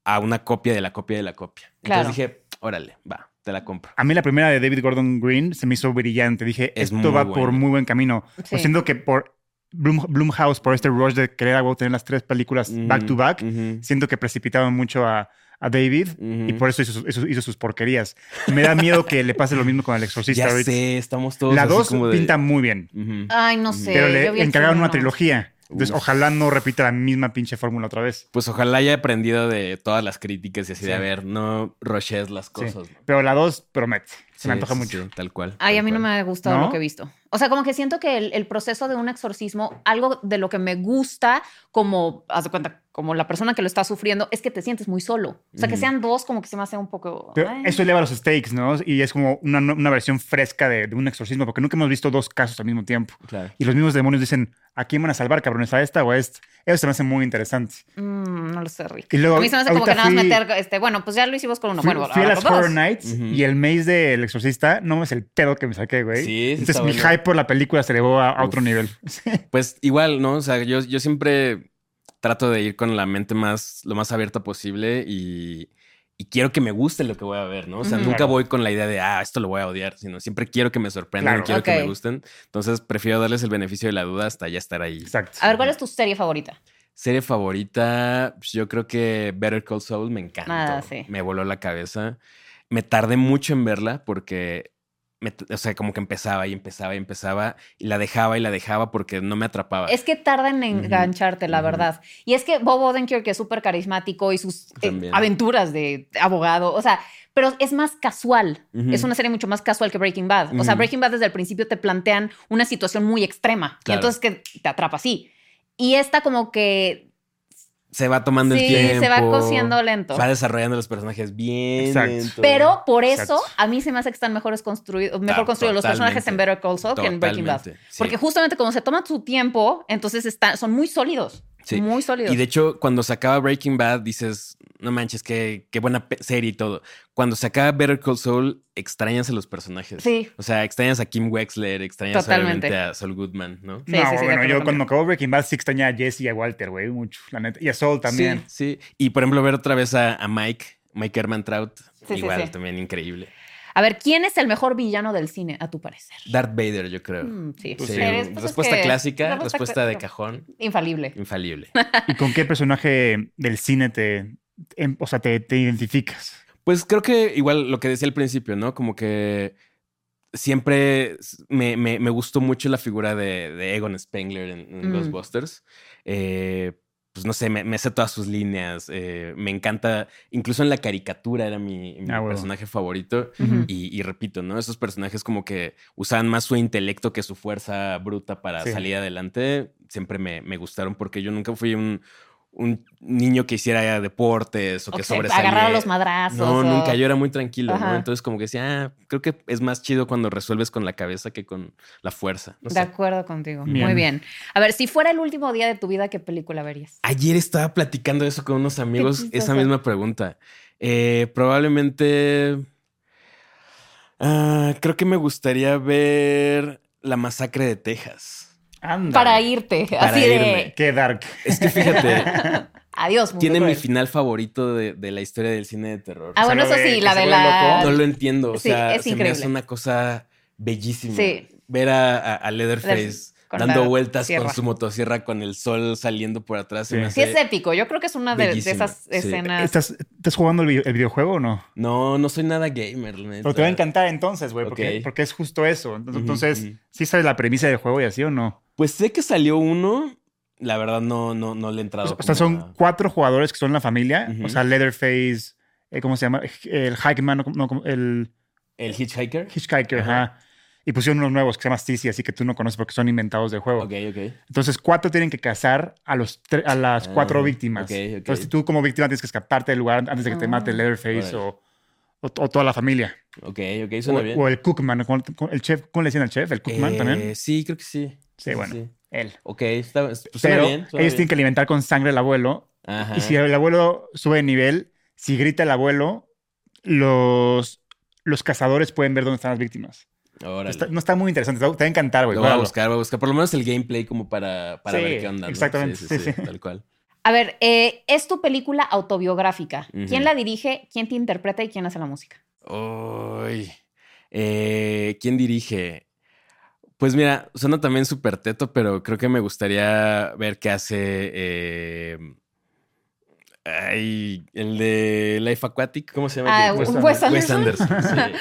Speaker 2: a una copia de la copia de la copia.
Speaker 1: Claro.
Speaker 2: Entonces dije, órale, va, te la compro.
Speaker 3: A mí la primera de David Gordon Green se me hizo brillante. Dije,
Speaker 2: Es muy
Speaker 3: esto va por
Speaker 2: buena.
Speaker 3: muy buen camino.
Speaker 1: Sí.
Speaker 3: O siento que por Bloom, Bloomhouse, por este rush de querer a huevo tener las tres películas back
Speaker 2: Mm,
Speaker 3: to back,
Speaker 2: Ujú,
Speaker 3: siento que precipitaron mucho a, a David
Speaker 2: ujú.
Speaker 3: y por eso hizo, sus- hizo- hizo sus porquerías. Me da miedo que le pase lo mismo con El Exorcista.
Speaker 2: ya
Speaker 3: ahorita.
Speaker 2: sé, estamos todos
Speaker 3: la
Speaker 2: así
Speaker 3: dos
Speaker 2: como de-
Speaker 3: pinta muy bien,
Speaker 2: Ujú.
Speaker 1: Ay, no sé.
Speaker 3: pero
Speaker 1: yo vi
Speaker 3: le
Speaker 1: el
Speaker 3: encargaron
Speaker 1: uno.
Speaker 3: una trilogía. Entonces,
Speaker 2: Uf.
Speaker 3: ojalá no repita la misma pinche fórmula otra vez.
Speaker 2: Pues ojalá haya aprendido de todas las críticas y así de,
Speaker 3: Sí.
Speaker 2: a ver, no roches las cosas. ¿no?
Speaker 3: Pero la dos promete. Se me
Speaker 2: Sí,
Speaker 3: antoja
Speaker 2: sí,
Speaker 3: mucho.
Speaker 2: sí, tal cual.
Speaker 1: Ay,
Speaker 2: tal
Speaker 1: a mí no
Speaker 2: cual.
Speaker 1: me ha gustado
Speaker 3: ¿No?
Speaker 1: lo que he visto. O sea, como que siento que el, el proceso de un exorcismo, algo de lo que me gusta, como, haz de cuenta, como la persona que lo está sufriendo, es que te sientes muy solo. O sea, que
Speaker 2: Ujú.
Speaker 1: sean dos, como que se me hace un poco.
Speaker 3: Pero
Speaker 1: ay.
Speaker 3: eso eleva los stakes, ¿no? Y es como una, una versión fresca de, de un exorcismo, porque nunca hemos visto dos casos al mismo tiempo.
Speaker 2: Claro.
Speaker 3: Y los mismos demonios dicen, ¿a quién van a salvar, cabrones? ¿A esta o a esta? Eso se me hace muy interesante.
Speaker 1: Mm, no lo sé, Rick.
Speaker 3: Y luego,
Speaker 1: A mí se me hace como
Speaker 3: ahorita
Speaker 1: que nada más
Speaker 3: fui-
Speaker 1: meter, este, bueno, pues ya lo hicimos con uno.
Speaker 3: Fui,
Speaker 1: bueno,
Speaker 3: fui a
Speaker 1: ahora
Speaker 3: las
Speaker 1: con dos.
Speaker 3: Horror Nights
Speaker 2: Ujú.
Speaker 3: y el maze del exorcista no es el pedo que me saqué, güey.
Speaker 2: Sí, sí está
Speaker 3: Entonces mi
Speaker 2: bueno.
Speaker 3: hype por la película se elevó a, a otro
Speaker 2: Uf.
Speaker 3: nivel.
Speaker 2: Pues igual, ¿no? O sea, yo, yo siempre trato de ir con la mente más, lo más abierta posible y, y quiero que me guste lo que voy a ver, ¿no? O sea,
Speaker 1: Ujú.
Speaker 2: nunca
Speaker 3: Claro.
Speaker 2: voy con la idea de, ah, esto lo voy a odiar, sino siempre quiero que me sorprendan,
Speaker 3: Claro.
Speaker 2: quiero que
Speaker 1: Ok.
Speaker 2: me gusten. Entonces prefiero darles el beneficio de la duda hasta ya estar ahí.
Speaker 3: Exacto.
Speaker 1: A ver, ¿cuál es tu serie favorita?
Speaker 2: Serie favorita, pues, yo creo que Better Call Saul me encanta.
Speaker 1: Ah, sí.
Speaker 2: Me voló la cabeza. Me tardé mucho en verla porque, me t- o sea, como que empezaba y empezaba y empezaba y la dejaba y la dejaba porque no me atrapaba.
Speaker 1: Es que tarda en engancharte, la
Speaker 2: Ujú.
Speaker 1: verdad. Y es que Bob Odenkirk es súper carismático y sus eh,
Speaker 2: También.
Speaker 1: aventuras de abogado, o sea, pero es más casual.
Speaker 2: Ujú.
Speaker 1: Es una serie mucho más casual que Breaking Bad. O sea,
Speaker 2: Ujú.
Speaker 1: Breaking Bad desde el principio te plantean una situación muy extrema. Y
Speaker 2: Claro.
Speaker 1: entonces que te atrapa así. Y esta como que
Speaker 2: Se va tomando
Speaker 1: sí,
Speaker 2: el tiempo.
Speaker 1: se va cociendo lento.
Speaker 2: Va desarrollando los personajes bien.
Speaker 3: Exacto.
Speaker 2: lento.
Speaker 1: Pero por eso
Speaker 3: Exacto.
Speaker 1: a mí se me hace que están mejores construidos, mejor
Speaker 2: Ta-
Speaker 1: construidos los personajes
Speaker 2: totalmente.
Speaker 1: en Better Call Saul que en Breaking Bad.
Speaker 2: Totalmente, sí.
Speaker 1: Porque justamente como se toman su tiempo, entonces están, son muy sólidos.
Speaker 2: Sí.
Speaker 1: Muy sólidos.
Speaker 2: Y de hecho, cuando se acaba Breaking Bad, dices, no manches, qué, qué buena pe- serie y todo. Cuando se acaba Better Call Saul, extrañas a los personajes.
Speaker 1: Sí.
Speaker 2: O sea, extrañas a Kim Wexler, extrañas
Speaker 1: Totalmente.
Speaker 2: obviamente a Saul Goodman, ¿no?
Speaker 1: Sí,
Speaker 3: no,
Speaker 1: sí, sí, de
Speaker 3: bueno,
Speaker 1: acuerdo
Speaker 3: yo cuando
Speaker 1: contigo.
Speaker 3: acabó Breaking Bad sí extrañé a Jesse y a Walter, güey, mucho, la neta. Y a Saul también.
Speaker 2: Sí, sí. Y por ejemplo, ver otra vez a, a Mike, Mike Herman Trout,
Speaker 1: sí,
Speaker 2: igual,
Speaker 1: sí.
Speaker 2: también increíble.
Speaker 1: A ver, ¿quién es el mejor villano del cine, a tu parecer?
Speaker 2: Darth Vader, yo creo.
Speaker 1: Mm, sí.
Speaker 3: Pues
Speaker 2: Sí,
Speaker 3: sí.
Speaker 1: Eres- pues es
Speaker 2: respuesta
Speaker 1: que-
Speaker 2: clásica,
Speaker 1: respuesta
Speaker 2: respuesta de
Speaker 1: cl-
Speaker 2: cajón,
Speaker 1: Infalible.
Speaker 2: infalible.
Speaker 3: ¿Y con qué personaje del cine te, em- o sea, te, te identificas?
Speaker 2: Pues creo que igual lo que decía al principio, ¿no? Como que siempre s- me, me- me gustó mucho la figura de, de Egon Spengler en, en
Speaker 1: Mm.
Speaker 2: Ghostbusters. Eh, pues no sé, me, me sé todas sus líneas. eh, me encanta, incluso en la caricatura era mi, mi
Speaker 3: Ah, huevo.
Speaker 2: personaje favorito.
Speaker 1: Ujú.
Speaker 2: Y, y repito, ¿no? Esos personajes como que usaban más su intelecto que su fuerza bruta para
Speaker 3: Sí.
Speaker 2: salir adelante, siempre me, me gustaron porque yo nunca fui un, un niño que hiciera deportes o
Speaker 1: O
Speaker 2: que
Speaker 1: que se
Speaker 2: sobresaliera.
Speaker 1: agarraron los madrazos.
Speaker 2: No,
Speaker 1: o-
Speaker 2: nunca. Yo era muy tranquilo,
Speaker 1: Ajá.
Speaker 2: ¿no? Entonces como que decía, ah, creo que es más chido cuando resuelves con la cabeza que con la fuerza. No
Speaker 1: De
Speaker 2: sé.
Speaker 1: acuerdo contigo.
Speaker 3: Bien.
Speaker 1: Muy bien. A ver, si fuera el último día de tu vida, ¿qué película verías?
Speaker 2: Ayer estaba platicando eso con unos amigos, esa
Speaker 1: chistoso.
Speaker 2: misma pregunta. Eh, probablemente... ah, creo que me gustaría ver la masacre de Texas.
Speaker 3: Anda.
Speaker 1: Para irte.
Speaker 2: Para
Speaker 1: así de.
Speaker 2: irme.
Speaker 3: Qué dark.
Speaker 2: Es que fíjate,
Speaker 1: Adiós, mundo
Speaker 2: tiene mi
Speaker 1: cruel.
Speaker 2: final favorito de, de la historia del cine de terror.
Speaker 1: Ah,
Speaker 3: O sea,
Speaker 1: bueno,
Speaker 3: lo
Speaker 1: eso
Speaker 3: de
Speaker 1: sí,
Speaker 3: que
Speaker 1: la
Speaker 3: se
Speaker 1: de
Speaker 3: vuelve
Speaker 1: la.
Speaker 3: loco.
Speaker 2: No lo entiendo. O
Speaker 1: Sí,
Speaker 2: sea,
Speaker 1: es
Speaker 2: se me
Speaker 1: increíble.
Speaker 2: hace una cosa bellísima.
Speaker 1: Sí.
Speaker 2: Ver a, a- a Leatherface
Speaker 1: Leatherface con
Speaker 2: dando
Speaker 1: la
Speaker 2: vueltas
Speaker 1: sierra.
Speaker 2: con su motosierra con el sol saliendo por atrás. se
Speaker 3: Sí.
Speaker 2: me
Speaker 1: Sí,
Speaker 2: hace-
Speaker 1: es épico. Yo creo que es una de, de
Speaker 2: Bellísima,
Speaker 1: esas
Speaker 2: sí.
Speaker 1: escenas.
Speaker 3: ¿Estás, estás jugando el, video- el videojuego o no?
Speaker 2: No, no soy nada gamer. la neta.
Speaker 3: Pero te va a encantar entonces, güey, porque,
Speaker 2: Ok.
Speaker 3: porque es justo eso. Entonces,
Speaker 2: Ujú,
Speaker 3: entonces,
Speaker 2: ujú.
Speaker 3: ¿sí sabes la premisa del juego y así o no?
Speaker 2: Pues sé que salió uno. La verdad, no, no, no le he entrado.
Speaker 3: O sea, o sea,
Speaker 2: como
Speaker 3: son
Speaker 2: a-
Speaker 3: cuatro jugadores que son la familia.
Speaker 2: Ujú.
Speaker 3: O sea, Leatherface, eh, ¿cómo se llama? El Hackman, no, no, el
Speaker 2: El Hitchhiker.
Speaker 3: Hitchhiker,
Speaker 2: Ajá.
Speaker 3: ajá. y pusieron unos nuevos que se llaman Sisi, así que tú no conoces porque son inventados del juego.
Speaker 2: Ok, ok.
Speaker 3: Entonces, cuatro tienen que cazar a, los tre- a las
Speaker 2: Ah,
Speaker 3: cuatro víctimas.
Speaker 2: ok, ok.
Speaker 3: Entonces, tú como víctima tienes que escaparte del lugar antes de que te
Speaker 1: Ah.
Speaker 3: mate Leatherface
Speaker 2: Órale.
Speaker 3: o, o- o toda la familia.
Speaker 2: Ok, ok,
Speaker 3: O,
Speaker 2: suena bien.
Speaker 3: o el Cookman. ¿cómo, cómo- el chef, ¿Cómo le decían al chef? ¿El Cookman
Speaker 2: Eh,
Speaker 3: también?
Speaker 2: Sí, creo que sí.
Speaker 3: Sí, bueno. Él.
Speaker 2: Ok, está, pues suena
Speaker 3: Pero
Speaker 2: bien. suena bien.
Speaker 3: ellos tienen que alimentar con sangre al abuelo
Speaker 2: Ajá.
Speaker 3: Y si el abuelo sube de nivel, si grita el abuelo, los, los cazadores pueden ver dónde están las víctimas.
Speaker 2: Órale.
Speaker 3: Está- no está muy interesante, te te va a encantar, güey.
Speaker 2: Lo voy a
Speaker 3: juégalo.
Speaker 2: buscar, voy a buscar. Por lo menos el gameplay como para, para
Speaker 3: Sí,
Speaker 2: ver qué onda. ¿no?
Speaker 3: exactamente,
Speaker 2: Sí,
Speaker 3: sí,
Speaker 2: sí,
Speaker 3: sí.
Speaker 2: sí, tal cual.
Speaker 1: A ver, eh, es tu película autobiográfica.
Speaker 2: Ujú.
Speaker 1: ¿Quién la dirige? ¿Quién te interpreta y quién hace la música?
Speaker 2: Uy. Eh, ¿Quién dirige? Pues mira, suena también súper teto, pero creo que me gustaría ver qué hace. eh, ay, el de Life Aquatic, ¿cómo se llama?
Speaker 1: Ah,
Speaker 2: Que-
Speaker 3: Wes
Speaker 1: Wes
Speaker 2: Wes
Speaker 1: Anderson.
Speaker 2: Anderson, sí.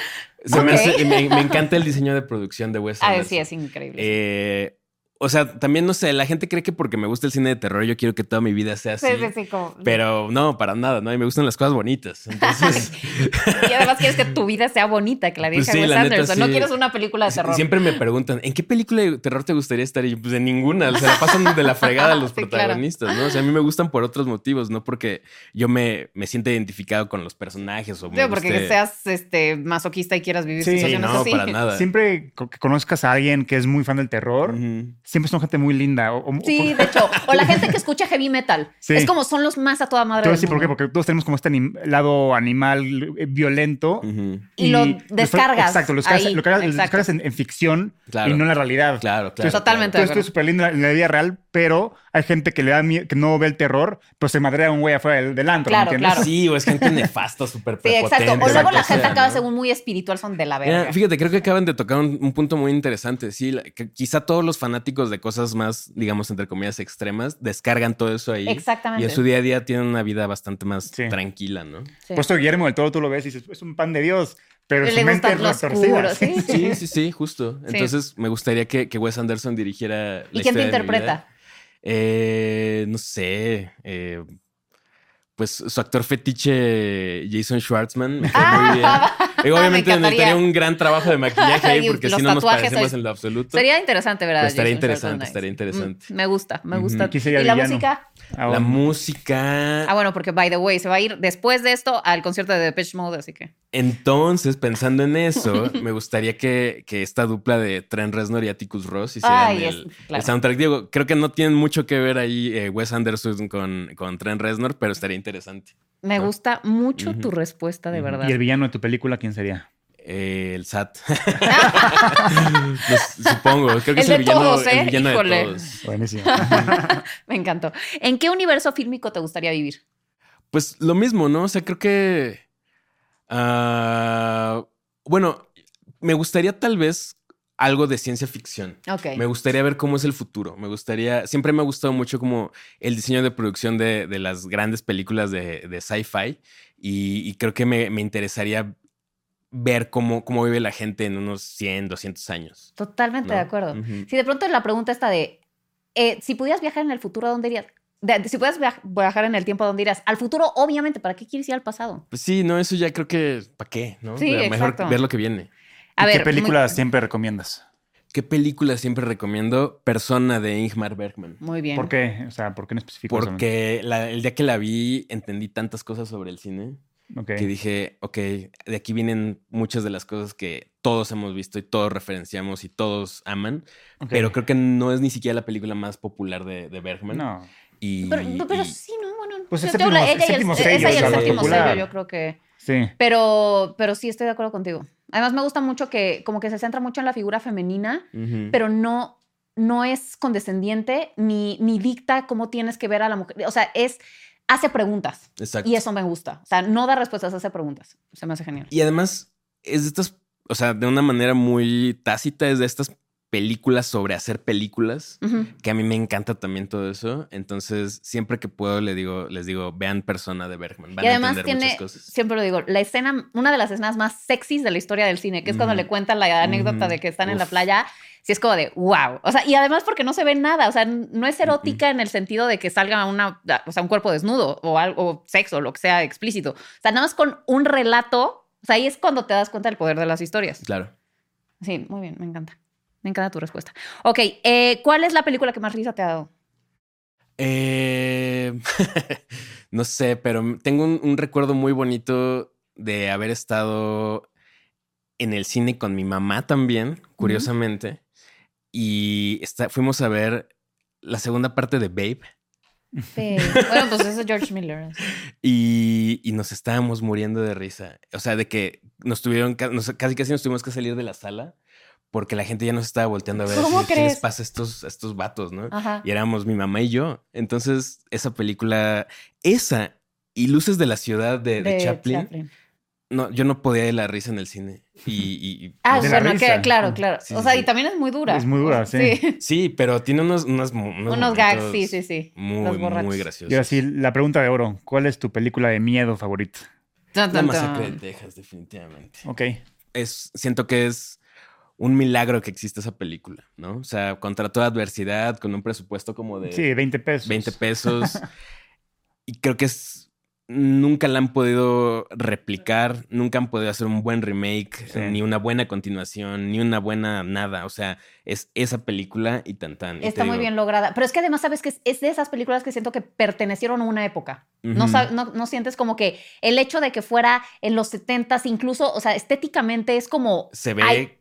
Speaker 2: Se me,
Speaker 1: Ok.
Speaker 2: hace- me- me encanta el diseño de producción de Wes
Speaker 1: Ah,
Speaker 2: Anderson.
Speaker 1: sí, es increíble.
Speaker 2: Eh, o sea, también no sé, la gente cree que porque me gusta el cine de terror, yo quiero que toda mi vida sea así.
Speaker 1: Sí, sí, sí, como-
Speaker 2: Pero no, para nada, ¿no? Y me gustan las cosas bonitas. Entonces,
Speaker 1: Y además quieres que tu vida sea bonita, que la
Speaker 2: Pues
Speaker 1: dirija
Speaker 2: sí,
Speaker 1: Wes
Speaker 2: la neta,
Speaker 1: Anderson. No
Speaker 2: sí.
Speaker 1: quieres una película de
Speaker 2: si-
Speaker 1: terror.
Speaker 2: siempre me preguntan, ¿en qué película de terror te gustaría estar? Y yo, pues en ninguna, se la pasan de la fregada los
Speaker 1: Sí, claro.
Speaker 2: protagonistas, ¿no? O sea, a mí me gustan por otros motivos, no porque yo me, me sienta identificado con los personajes o
Speaker 1: Sí,
Speaker 2: me
Speaker 1: porque
Speaker 2: guste-
Speaker 1: seas este, masoquista y quieras vivir
Speaker 3: Sí,
Speaker 2: Sí,
Speaker 1: situaciones
Speaker 2: no,
Speaker 1: así.
Speaker 2: para nada.
Speaker 3: Siempre co- que conozcas a alguien que es muy fan del terror,
Speaker 2: Ujú.
Speaker 3: siempre son gente muy linda. O, o-
Speaker 1: Sí,
Speaker 3: o-
Speaker 1: de hecho. O la gente que escucha heavy metal.
Speaker 3: Sí.
Speaker 1: Es como son los más a toda madre.
Speaker 3: te voy
Speaker 1: del
Speaker 3: a decir por qué,
Speaker 1: mundo.
Speaker 3: porque todos tenemos como este anim- lado animal eh, violento.
Speaker 2: Ujú.
Speaker 1: Y lo descargas
Speaker 3: Exacto, lo descargas,
Speaker 1: ahí,
Speaker 3: lo cargas- lo
Speaker 1: exacto.
Speaker 3: descargas en, en ficción
Speaker 2: Claro.
Speaker 3: y no en la realidad.
Speaker 2: Claro, claro.
Speaker 1: Totalmente.
Speaker 2: claro.
Speaker 3: Todo esto es súper lindo en la vida real, pero hay gente que le da mie- que no ve el terror, pues se madrea a un güey afuera del, del antro,
Speaker 1: Claro,
Speaker 3: ¿me entiendes?
Speaker 1: claro.
Speaker 2: Sí, o es gente nefasta, súper
Speaker 1: Sí, exacto. O
Speaker 2: prepotente,
Speaker 1: luego
Speaker 2: lo
Speaker 1: la
Speaker 2: que
Speaker 1: gente
Speaker 2: sea,
Speaker 1: acaba,
Speaker 2: ¿no?
Speaker 1: según muy espiritual, son de la
Speaker 2: Mira,
Speaker 1: verga.
Speaker 2: fíjate, creo que acaban de tocar un, un punto muy interesante. Sí, La- que quizá todos los fanáticos de cosas más, digamos, entre comillas, extremas, descargan todo eso ahí. Y
Speaker 1: Exactamente.
Speaker 2: en su día a día tienen una vida bastante más
Speaker 3: Sí.
Speaker 2: tranquila, ¿no?
Speaker 1: Sí.
Speaker 3: Puesto Guillermo del Toro, tú lo ves y dices, es un pan de Dios, Pues, pero
Speaker 1: Le
Speaker 3: su mente
Speaker 1: gustan
Speaker 3: es
Speaker 1: los
Speaker 3: retorcida.
Speaker 1: oscuros, sí.
Speaker 2: Sí, sí, sí, justo.
Speaker 1: Sí.
Speaker 2: Entonces me gustaría que, que Wes Anderson dirigiera. la
Speaker 1: ¿Y quién te
Speaker 2: historia de mi
Speaker 1: interpreta?
Speaker 2: vida. Eh, no sé. eh, pues su actor fetiche, Jason Schwartzman, me cae
Speaker 1: Ah,
Speaker 2: muy bien. Digo,
Speaker 1: Me
Speaker 2: obviamente
Speaker 1: encantaría.
Speaker 2: necesitaría un gran trabajo de maquillaje ahí
Speaker 1: Y
Speaker 2: porque
Speaker 1: los
Speaker 2: si no nos
Speaker 1: tatuajes,
Speaker 2: parecemos
Speaker 1: el-
Speaker 2: en lo absoluto.
Speaker 1: Sería interesante, ¿verdad?
Speaker 2: Pero pues, estaría interesante, estaría interesante.
Speaker 1: Mm, me gusta, me gusta.
Speaker 2: Ujú.
Speaker 3: ¿Quién sería
Speaker 1: ¿Y la
Speaker 3: villano?
Speaker 1: música?
Speaker 3: Ahora,
Speaker 2: La música.
Speaker 1: Ah, bueno, porque by the way, se va a ir después de esto al concierto de Depeche Mode, así que.
Speaker 2: Entonces, pensando en eso, me gustaría que, que esta dupla de Trent Reznor y Atticus Ross hicieran
Speaker 1: Ay, es-
Speaker 2: el,
Speaker 1: claro.
Speaker 2: el soundtrack. Digo, creo que no tienen mucho que ver ahí eh, Wes Anderson con, con Trent Reznor, pero estaría interesante.
Speaker 1: Me
Speaker 2: ¿no?
Speaker 1: gusta mucho
Speaker 2: Ujú.
Speaker 1: tu respuesta, de
Speaker 2: Ujú.
Speaker 1: verdad.
Speaker 3: ¿Y el villano de tu película quién sería?
Speaker 2: Eh, el SAT. Pues, supongo. Creo que
Speaker 1: El
Speaker 2: es el
Speaker 1: de
Speaker 2: villano,
Speaker 1: todos, ¿eh?
Speaker 2: el villano
Speaker 1: Híjole.
Speaker 2: de todos.
Speaker 3: Buenísimo.
Speaker 1: Me encantó. ¿En qué universo fílmico te gustaría vivir?
Speaker 2: Pues lo mismo, ¿no? O sea, creo que. ah, bueno, me gustaría tal vez algo de ciencia ficción.
Speaker 1: Ok.
Speaker 2: Me gustaría ver cómo es el futuro. Me gustaría. Siempre me ha gustado mucho como el diseño de producción de, de las grandes películas de, de sci-fi. Y, y creo que me, me interesaría ver cómo, cómo vive la gente en unos 100, 200 años.
Speaker 1: Totalmente
Speaker 2: ¿no? Mm.
Speaker 1: de acuerdo.
Speaker 2: Ujú.
Speaker 1: Si de pronto la pregunta está de, eh, si pudieras viajar en el futuro, ¿a dónde irías? De- si pudieras viaj- viajar en el tiempo, ¿a dónde irías? Al futuro, obviamente, ¿para qué quieres ir al pasado?
Speaker 2: Pues sí, no, eso ya creo que. ¿Para qué? ¿no?
Speaker 1: Sí,
Speaker 2: Pero mejor
Speaker 1: exacto.
Speaker 2: ver lo que viene.
Speaker 1: A
Speaker 3: ¿Y
Speaker 1: ver,
Speaker 3: ¿Qué
Speaker 1: muy-
Speaker 3: películas siempre recomiendas?
Speaker 2: ¿Qué película siempre recomiendo? Persona de Ingmar Bergman.
Speaker 1: Muy, bien.
Speaker 3: ¿Por qué? O sea, ¿por qué en específico?
Speaker 2: Porque la- el día que la vi entendí tantas cosas sobre el cine.
Speaker 3: Ok.
Speaker 2: que dije, ok, de aquí vienen muchas de las cosas que todos hemos visto y todos referenciamos y todos aman,
Speaker 3: Ok.
Speaker 2: pero creo que no es ni siquiera la película más popular de, de Bergman.
Speaker 3: No.
Speaker 2: Y,
Speaker 1: Pero, pero
Speaker 2: y-
Speaker 1: sí, ¿no? Bueno,
Speaker 3: Pues
Speaker 1: yo-
Speaker 3: el
Speaker 1: yo
Speaker 3: séptimo-
Speaker 1: la-
Speaker 3: el
Speaker 1: ella y
Speaker 3: séptimo
Speaker 1: esa
Speaker 2: sello,
Speaker 1: y
Speaker 2: o sea,
Speaker 1: el
Speaker 2: lo
Speaker 1: séptimo
Speaker 2: popular.
Speaker 1: sello, yo creo que...
Speaker 3: Sí.
Speaker 1: Pero, pero sí, estoy de acuerdo contigo. Además, me gusta mucho que como que se centra mucho en la figura femenina,
Speaker 2: Ujú.
Speaker 1: pero no, no es condescendiente ni, ni dicta cómo tienes que ver a la mujer. O sea, es, hace preguntas.
Speaker 2: Exacto.
Speaker 1: Y eso me gusta. O sea, no da respuestas, hace preguntas. Se me hace genial.
Speaker 2: Y además, es de estas, o sea, de una manera muy tácita, es de estas películas sobre hacer películas,
Speaker 1: Ujú.
Speaker 2: que a mí me encanta también todo eso. Entonces, siempre que puedo, le digo, les digo, vean Persona de Bergman. Van
Speaker 1: Y
Speaker 2: a
Speaker 1: además
Speaker 2: entender
Speaker 1: tiene,
Speaker 2: muchas cosas.
Speaker 1: siempre lo digo, la escena, una de las escenas más sexys de la historia del cine, que es cuando
Speaker 2: Ujú.
Speaker 1: le cuentan la anécdota
Speaker 2: Ujú.
Speaker 1: de que están en la
Speaker 2: Uf.
Speaker 1: playa, sí es como de wow. O sea, y además porque no se ve nada, o sea, no es erótica en el sentido de que salga una, o sea, un cuerpo desnudo o algo, o sexo, lo que sea explícito. O sea, nada más con un relato, o sea, ahí es cuando te das cuenta del poder de las historias.
Speaker 2: Claro.
Speaker 1: Sí, muy bien, me encanta. Me encanta tu respuesta. Ok, eh, ¿cuál es la película que más risa te ha dado?
Speaker 2: Eh, no sé, pero tengo un, un recuerdo muy bonito de haber estado en el cine con mi mamá también, curiosamente. Y está- fuimos a ver la segunda parte de Babe
Speaker 1: Sí. Bueno, pues eso es George Miller. así.
Speaker 2: y, y nos estábamos muriendo de risa. O sea, de que nos tuvieron, ca- nos- casi casi nos tuvimos que salir de la sala porque la gente ya nos estaba volteando a ver.
Speaker 1: ¿Cómo
Speaker 2: así, ¿Qué les
Speaker 1: crees?
Speaker 2: pasa a estos, a estos vatos, no?
Speaker 1: Ajá.
Speaker 2: Y éramos mi mamá y yo. Entonces, esa película, esa y Luces de la Ciudad de, de Chaplin, No, yo no podía de la risa en el cine. Y, y- y-
Speaker 1: Ah,
Speaker 2: no sé.
Speaker 3: De la
Speaker 1: bueno,
Speaker 3: risa.
Speaker 1: que- claro, claro.
Speaker 2: Sí,
Speaker 1: o
Speaker 2: sí,
Speaker 1: sea,
Speaker 2: sí.
Speaker 1: y también es muy dura.
Speaker 3: Es muy dura, sí.
Speaker 2: Sí, pero tiene unos, unos, unos,
Speaker 1: Unos gags,
Speaker 2: momentos
Speaker 1: sí, sí, sí.
Speaker 2: Muy,
Speaker 1: Los borrachos.
Speaker 2: muy graciosos.
Speaker 3: Y ahora sí, la pregunta de oro. ¿Cuál es tu película de miedo favorita?
Speaker 1: Tan,
Speaker 2: La
Speaker 1: tan,
Speaker 2: masacre de
Speaker 1: tan.
Speaker 2: Texas, definitivamente.
Speaker 3: Ok.
Speaker 2: Es, siento que es un milagro que exista esa película, ¿no? O sea, contra toda adversidad, con un presupuesto como de
Speaker 3: Sí, 20 pesos.
Speaker 2: 20 pesos. y creo que es. Nunca la han podido replicar, nunca han podido hacer un buen remake,
Speaker 3: Sí.
Speaker 2: ni una buena continuación, ni una buena nada. O sea, es esa película y tan tan. Y te
Speaker 1: Está muy
Speaker 2: digo,
Speaker 1: bien lograda. Pero es que además sabes que es, es de esas películas que siento que pertenecieron a una época. no,
Speaker 2: Ujú.
Speaker 1: sab- no, no sientes como que el hecho de que fuera en los 70s, incluso, o sea, estéticamente es como.
Speaker 2: Se ve
Speaker 1: Ay,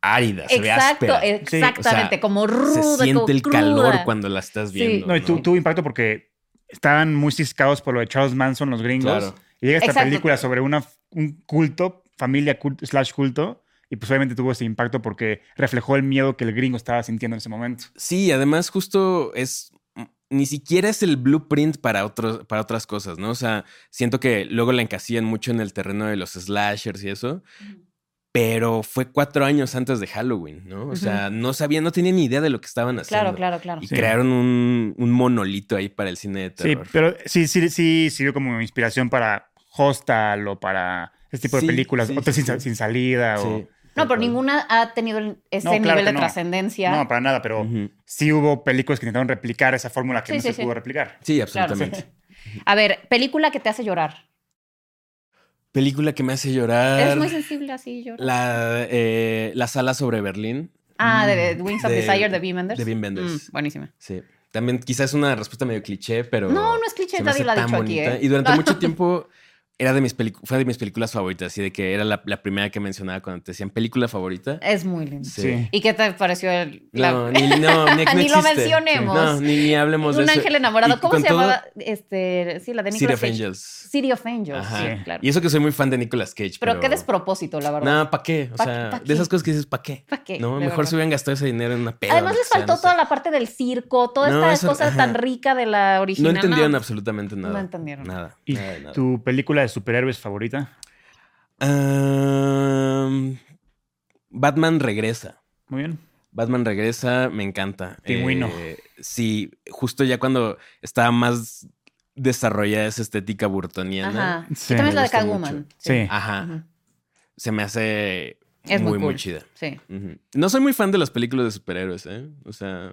Speaker 2: árida, se ve
Speaker 1: exacto,
Speaker 2: áspera.
Speaker 1: exactamente,
Speaker 2: o sea,
Speaker 1: como ruda.
Speaker 2: se siente
Speaker 1: como
Speaker 2: el calor
Speaker 1: cruda.
Speaker 2: cuando la estás
Speaker 1: Sí.
Speaker 2: viendo.
Speaker 3: No, y tu,
Speaker 2: ¿no?
Speaker 3: tuvo impacto porque estaban muy ciscados por lo de Charles Manson, los gringos.
Speaker 2: Claro.
Speaker 3: Y llega esta
Speaker 1: Exacto.
Speaker 3: película sobre una, un culto, familia cult- slash culto. Y pues obviamente tuvo ese impacto porque reflejó el miedo que el gringo estaba sintiendo en ese momento.
Speaker 2: Sí, además justo es mm, ni siquiera es el blueprint para otros para otras cosas, ¿no? O sea, siento que luego la encasillan mucho en el terreno de los slashers y eso, pero fue cuatro años antes de Halloween, ¿no? O sea, no sabían, no tenían ni idea de lo que estaban haciendo.
Speaker 1: Claro, claro, claro.
Speaker 2: Y
Speaker 3: Sí.
Speaker 2: crearon un, un monolito ahí para el cine de terror.
Speaker 3: Sí, pero sí, sí, sí sirvió como inspiración para Hostal o para ese tipo
Speaker 2: Sí,
Speaker 3: de películas.
Speaker 2: sí,
Speaker 3: Otras
Speaker 2: sí,
Speaker 3: sin,
Speaker 2: sí.
Speaker 3: sin salida o...
Speaker 2: Sí,
Speaker 1: No, pero
Speaker 2: tal cual.
Speaker 1: ninguna ha tenido el- ese
Speaker 3: No, claro
Speaker 1: nivel
Speaker 3: que
Speaker 1: de
Speaker 3: no.
Speaker 1: trascendencia.
Speaker 3: No, para nada, pero
Speaker 2: Ujú.
Speaker 3: sí hubo películas que intentaron replicar esa fórmula que
Speaker 1: Sí,
Speaker 3: no
Speaker 1: sí,
Speaker 3: se
Speaker 1: sí.
Speaker 3: pudo replicar.
Speaker 2: Sí, absolutamente.
Speaker 1: A ver, película que te hace llorar.
Speaker 2: Película que me hace llorar.
Speaker 1: Eres muy sensible así, llorar.
Speaker 2: La, eh, la sala sobre Berlín.
Speaker 1: ah, de, de Wings of
Speaker 2: Mm, de-
Speaker 1: Desire de Wim Wenders.
Speaker 2: de Wim Wenders.
Speaker 1: Mm, buenísima.
Speaker 2: Sí. También quizás es una respuesta medio cliché, pero.
Speaker 1: No, no es cliché,
Speaker 2: se me hace
Speaker 1: nadie lo ha
Speaker 2: tan
Speaker 1: dicho aquí,
Speaker 2: bonita.
Speaker 1: ¿eh?
Speaker 2: Y durante mucho tiempo era de mis pelicu- fue de mis películas favoritas, y de que era la, la primera que mencionaba cuando te decían película favorita.
Speaker 1: Es muy lindo.
Speaker 2: Sí.
Speaker 3: Sí.
Speaker 1: ¿Y qué te pareció el, la-
Speaker 2: No, ni, no, ni, no
Speaker 1: Ni lo
Speaker 2: existe.
Speaker 1: mencionemos.
Speaker 2: No, ni, ni hablemos
Speaker 1: un
Speaker 2: de eso.
Speaker 1: ángel enamorado?
Speaker 2: eh, Y
Speaker 1: ¿Cómo
Speaker 2: con
Speaker 1: se
Speaker 2: todo,
Speaker 1: llamaba? Este, sí, la de
Speaker 2: City
Speaker 1: Nicolas
Speaker 2: of
Speaker 1: Cage.
Speaker 2: Angels.
Speaker 1: City of Angels,
Speaker 2: Ajá.
Speaker 1: sí, claro.
Speaker 2: Y eso que soy muy fan de Nicolas Cage.
Speaker 1: pero,
Speaker 2: Pero,
Speaker 1: qué despropósito, la verdad.
Speaker 2: No, ¿para qué? O
Speaker 1: ¿Pa-
Speaker 2: sea,
Speaker 1: pa' qué?
Speaker 2: de esas cosas que dices, ¿para qué?
Speaker 1: ¿Pa' qué?
Speaker 2: No,
Speaker 1: De
Speaker 2: mejor
Speaker 1: verdad.
Speaker 2: se hubieran gastado ese dinero en una peda.
Speaker 1: Además
Speaker 2: lo
Speaker 1: les
Speaker 2: que sea,
Speaker 1: faltó
Speaker 2: no sé.
Speaker 1: toda la parte del circo, toda
Speaker 2: No,
Speaker 1: esta
Speaker 2: eso-
Speaker 1: cosa
Speaker 2: ajá.
Speaker 1: tan rica de la
Speaker 2: No
Speaker 1: original.
Speaker 2: entendieron absolutamente nada.
Speaker 1: No entendieron.
Speaker 2: Nada.
Speaker 3: ¿Y
Speaker 2: nada de nada.
Speaker 3: tu película de superhéroes favorita?
Speaker 2: Am, Batman regresa.
Speaker 3: Muy bien.
Speaker 2: Batman regresa, me encanta.
Speaker 3: Pingüino.
Speaker 2: Eh, sí, justo ya cuando estaba más desarrollada esa estética burtoniana.
Speaker 1: Ajá.
Speaker 3: Sí.
Speaker 1: y también es la de
Speaker 2: Me gusta
Speaker 1: Catwoman.
Speaker 2: mucho.
Speaker 3: Sí.
Speaker 2: Ajá.
Speaker 1: Ujú.
Speaker 2: Se me hace
Speaker 1: Es muy
Speaker 2: muy, muy
Speaker 1: cool.
Speaker 2: chida.
Speaker 1: Sí.
Speaker 2: Ujú. No soy muy fan de las películas de superhéroes, ¿eh? O sea.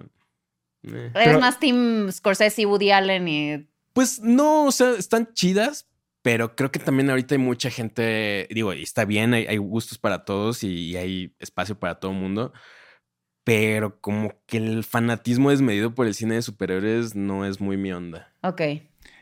Speaker 2: eh.
Speaker 1: Eres
Speaker 3: Pero-
Speaker 1: más Team Scorsese, Woody Allen y.
Speaker 2: Pues no, o sea, están chidas, pero creo que también ahorita hay mucha gente, digo, y está bien, hay, hay gustos para todos y, y hay espacio para todo el mundo, pero como que el fanatismo desmedido por el cine de superhéroes no es muy mi onda.
Speaker 1: Ok.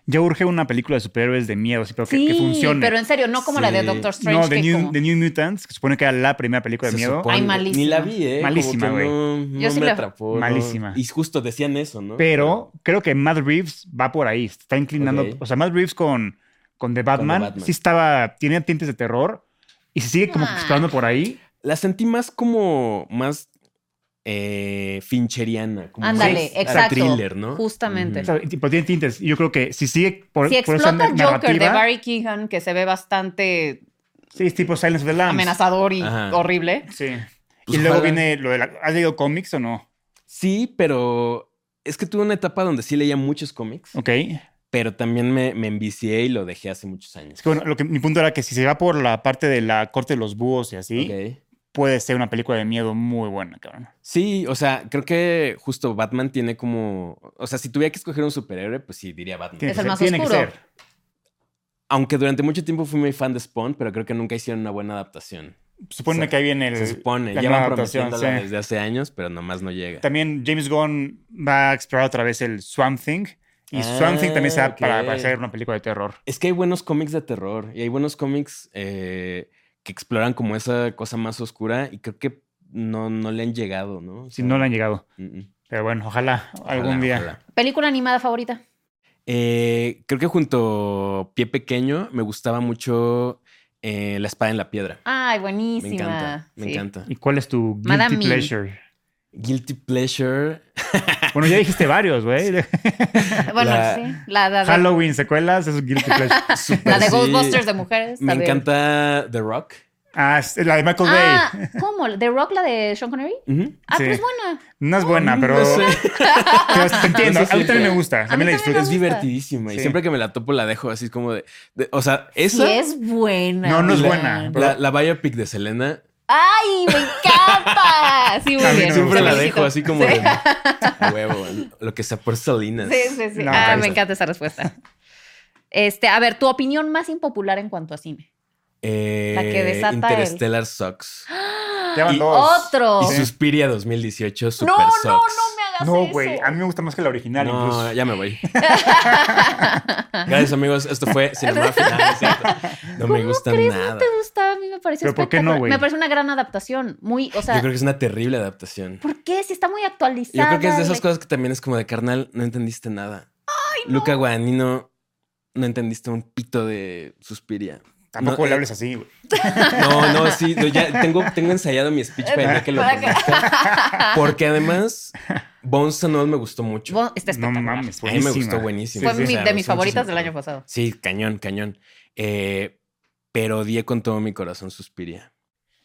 Speaker 3: Yo urge una película de superhéroes de miedo, así, pero que,
Speaker 1: sí,
Speaker 3: que funcione.
Speaker 1: pero en serio, no como la de
Speaker 2: Sí.
Speaker 1: Doctor Strange.
Speaker 3: no, The
Speaker 1: que
Speaker 3: New,
Speaker 1: como-
Speaker 3: The New Mutants, que supone que era la primera película de
Speaker 2: Se
Speaker 3: miedo.
Speaker 2: supone-
Speaker 1: Ay, malísima.
Speaker 2: Ni la vi, ¿eh? Como
Speaker 3: Malísima,
Speaker 2: que
Speaker 3: güey.
Speaker 2: No, no
Speaker 1: Yo sí
Speaker 2: me
Speaker 1: la-
Speaker 2: atrapó. no.
Speaker 3: Malísima.
Speaker 2: Y justo decían eso, ¿no?
Speaker 3: Pero creo que Matt Reeves va por ahí. se Está inclinando.
Speaker 2: Ok.
Speaker 3: O sea, Matt Reeves con, con The Batman,
Speaker 2: Batman.
Speaker 3: sí estaba. Tiene tintes de terror y se sigue como que
Speaker 1: Ah.
Speaker 3: explorando por ahí.
Speaker 2: La sentí más como, más eh, fincheriana. Como
Speaker 1: Ándale,
Speaker 2: más a
Speaker 1: exacto.
Speaker 2: thriller, ¿no?
Speaker 1: Justamente.
Speaker 3: O
Speaker 2: Ujú.
Speaker 3: sea, tipo, tiene tintes. Y yo creo que si sigue por,
Speaker 1: Si
Speaker 3: por esa
Speaker 1: explota el
Speaker 3: narrativa.
Speaker 1: Joker de Barry Keegan, que se ve bastante
Speaker 3: Sí, es tipo Silence of the Lambs.
Speaker 1: amenazador y
Speaker 2: Ajá.
Speaker 1: horrible.
Speaker 3: Sí.
Speaker 2: Pues
Speaker 3: y luego
Speaker 2: ojalá.
Speaker 3: viene lo de la. ¿Has leído cómics o no?
Speaker 2: Sí, pero es que tuve una etapa donde sí leía muchos cómics,
Speaker 3: Ok. Es
Speaker 2: pero también me, me envicié y lo dejé hace muchos años.
Speaker 3: que bueno, lo que, mi punto era que si se va por la parte de la corte de los búhos y así,
Speaker 2: Ok.
Speaker 3: puede ser una película de miedo muy buena, cabrón.
Speaker 2: Sí, o sea, creo que justo Batman tiene como. O sea, si tuviera que escoger un superhéroe, pues sí, diría Batman.
Speaker 3: Tiene
Speaker 1: Es
Speaker 3: que
Speaker 1: el
Speaker 3: ser-
Speaker 1: más
Speaker 3: tiene que
Speaker 1: oscuro.
Speaker 3: ser.
Speaker 2: Aunque durante mucho tiempo fui muy fan de Spawn, pero creo que nunca hicieron una buena adaptación.
Speaker 3: Supone que ahí viene el,
Speaker 2: Se supone,
Speaker 3: la
Speaker 2: ya
Speaker 3: nueva
Speaker 2: van
Speaker 3: adaptación.
Speaker 2: prometiéndola
Speaker 3: sí.
Speaker 2: desde hace años, pero nomás no llega.
Speaker 3: También James Gunn va a explorar otra vez el Swamp Thing. Y
Speaker 2: Ah,
Speaker 3: Swamp Thing también se da
Speaker 2: ok.
Speaker 3: para, para hacer una película de terror.
Speaker 2: Es que hay buenos cómics de terror y hay buenos cómics eh, que exploran como esa cosa más oscura y creo que no, no le han llegado, ¿no? O
Speaker 3: Si
Speaker 2: sea,
Speaker 3: no le han llegado.
Speaker 2: mm, mm.
Speaker 3: Pero bueno, ojalá algún
Speaker 2: Ojalá,
Speaker 3: día.
Speaker 2: ojalá.
Speaker 1: ¿Película animada favorita?
Speaker 2: Eh, creo que junto Pie Pequeño me gustaba mucho eh, La Espada en la Piedra.
Speaker 1: Ay,
Speaker 2: Me
Speaker 1: buenísima.
Speaker 2: encanta, me
Speaker 1: Sí.
Speaker 2: encanta.
Speaker 3: ¿Y cuál es tu guilty
Speaker 1: Madame Mim.
Speaker 3: pleasure?
Speaker 2: Guilty Pleasure.
Speaker 3: Bueno, ya dijiste varios, güey.
Speaker 1: Bueno,
Speaker 2: La-
Speaker 1: sí. La, la- la-
Speaker 3: Halloween, secuelas, eso es guilty pleasure.
Speaker 1: la de
Speaker 2: Sí.
Speaker 1: Ghostbusters de mujeres.
Speaker 2: Me
Speaker 1: también.
Speaker 2: encanta The Rock.
Speaker 3: ah, es la de Michael
Speaker 1: Ah,
Speaker 3: Bay.
Speaker 1: ¿cómo? ¿The Rock, la de Sean Connery?
Speaker 2: Ujú.
Speaker 1: Ah,
Speaker 3: Sí.
Speaker 1: pues buena.
Speaker 3: No es buena,
Speaker 1: Mm,
Speaker 3: pero,
Speaker 2: No sé.
Speaker 3: pero te entiendo.
Speaker 2: No sé
Speaker 3: a mí
Speaker 2: si-
Speaker 3: también me gusta. También la
Speaker 1: también
Speaker 3: disfruto.
Speaker 1: me
Speaker 2: Es
Speaker 1: gusta.
Speaker 2: divertidísima. Y
Speaker 3: Sí.
Speaker 2: siempre que me la topo la dejo así como de. de- o sea, esa.
Speaker 1: Sí, es buena.
Speaker 3: No, no es
Speaker 2: la-
Speaker 3: buena.
Speaker 2: La, la biopic de Selena.
Speaker 1: ¡Ay, me encanta! Sí, muy
Speaker 3: A mí
Speaker 1: bien.
Speaker 3: no me
Speaker 2: Ah, Siempre
Speaker 1: te
Speaker 2: la
Speaker 1: felicito.
Speaker 2: dejo así como
Speaker 1: Sí.
Speaker 2: de. "A Huevo, lo que sea por Salinas.
Speaker 1: Sí, sí, sí.
Speaker 3: No,
Speaker 1: ah, me
Speaker 2: me encanta.
Speaker 1: encanta esa respuesta. Este, a ver, tu opinión más impopular en cuanto a cine.
Speaker 2: Eh,
Speaker 1: La que desata el-
Speaker 2: Interstellar Sucks.
Speaker 3: Ya van
Speaker 2: Y-
Speaker 3: dos.
Speaker 1: Otro.
Speaker 2: Y
Speaker 3: Sí.
Speaker 2: Suspiria 2018 Super
Speaker 1: Oh. No, no,
Speaker 2: Sucks.
Speaker 1: no me hagas
Speaker 3: No,
Speaker 1: eso.
Speaker 3: güey. A mí me gusta más que la original,
Speaker 2: No,
Speaker 3: incluso.
Speaker 2: ya me voy. Gracias, amigos. Esto fue Cinema Final. No me
Speaker 1: ¿Cómo
Speaker 2: gusta
Speaker 1: crees?
Speaker 2: nada.
Speaker 1: No te gusta, a mí me pareció
Speaker 3: ¿Pero por qué
Speaker 1: espectacular.
Speaker 3: no, güey?
Speaker 1: Me parece una gran adaptación. Muy, o
Speaker 2: Yo
Speaker 1: sea,
Speaker 2: creo que es una terrible adaptación.
Speaker 1: ¿por qué? Si está muy actualizada.
Speaker 2: Yo creo que es de esas
Speaker 1: le-
Speaker 2: cosas que también es como de carnal, no entendiste nada. Luca Guadagnino, no entendiste un pito de Suspiria.
Speaker 3: Tampoco
Speaker 2: No, eh,
Speaker 3: le hables así, güey.
Speaker 2: No, no, sí, no, ya tengo, tengo ensayado mi speech para el día que lo
Speaker 1: Para que-
Speaker 2: produzca. Porque además, Bones and All me gustó mucho.
Speaker 1: Bueno, Está
Speaker 3: No
Speaker 1: espectacular.
Speaker 3: mames,
Speaker 2: A mí me
Speaker 3: buenísima.
Speaker 2: gustó buenísimo.
Speaker 1: Fue
Speaker 3: Sí, sí.
Speaker 1: mi-
Speaker 2: O sea,
Speaker 1: de mis
Speaker 2: son
Speaker 1: favoritas
Speaker 2: muchísimas
Speaker 1: del año
Speaker 2: cosas.
Speaker 1: pasado.
Speaker 2: Sí, cañón, cañón. Eh, pero odié con todo mi corazón Suspiria.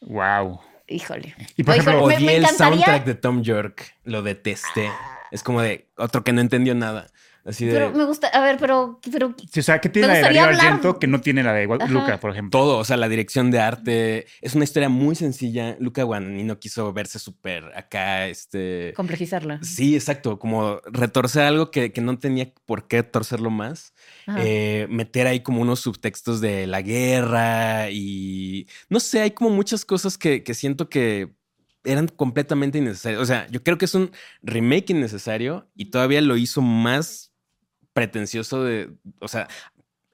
Speaker 3: Wow.
Speaker 1: Híjole.
Speaker 3: Y por
Speaker 1: Oye,
Speaker 3: ejemplo,
Speaker 1: Jorge, me-
Speaker 2: Odié el
Speaker 1: encantaría-
Speaker 2: soundtrack de Tom York. Lo detesté. Es como de otro que no entendió nada. Así de
Speaker 1: Pero me gusta, a ver, pero, pero
Speaker 3: o sea, ¿qué tiene
Speaker 1: Me
Speaker 3: la de
Speaker 1: gustaría
Speaker 3: Darío
Speaker 1: hablar-
Speaker 3: Argento que no tiene la de Gua-
Speaker 1: Ajá.
Speaker 3: Luca, por ejemplo?
Speaker 2: todo. O sea, la dirección de arte. Es una historia muy sencilla. Luca Guadagnino quiso verse súper acá, este...
Speaker 1: complejizarla.
Speaker 2: Sí, exacto. Como retorcer algo que, que no tenía por qué torcerlo más.
Speaker 1: Ajá.
Speaker 2: eh, meter ahí como unos subtextos de la guerra y no sé, hay como muchas cosas que, que siento que eran completamente innecesarias. O sea, yo creo que es un remake innecesario y todavía lo hizo más pretencioso de, o sea,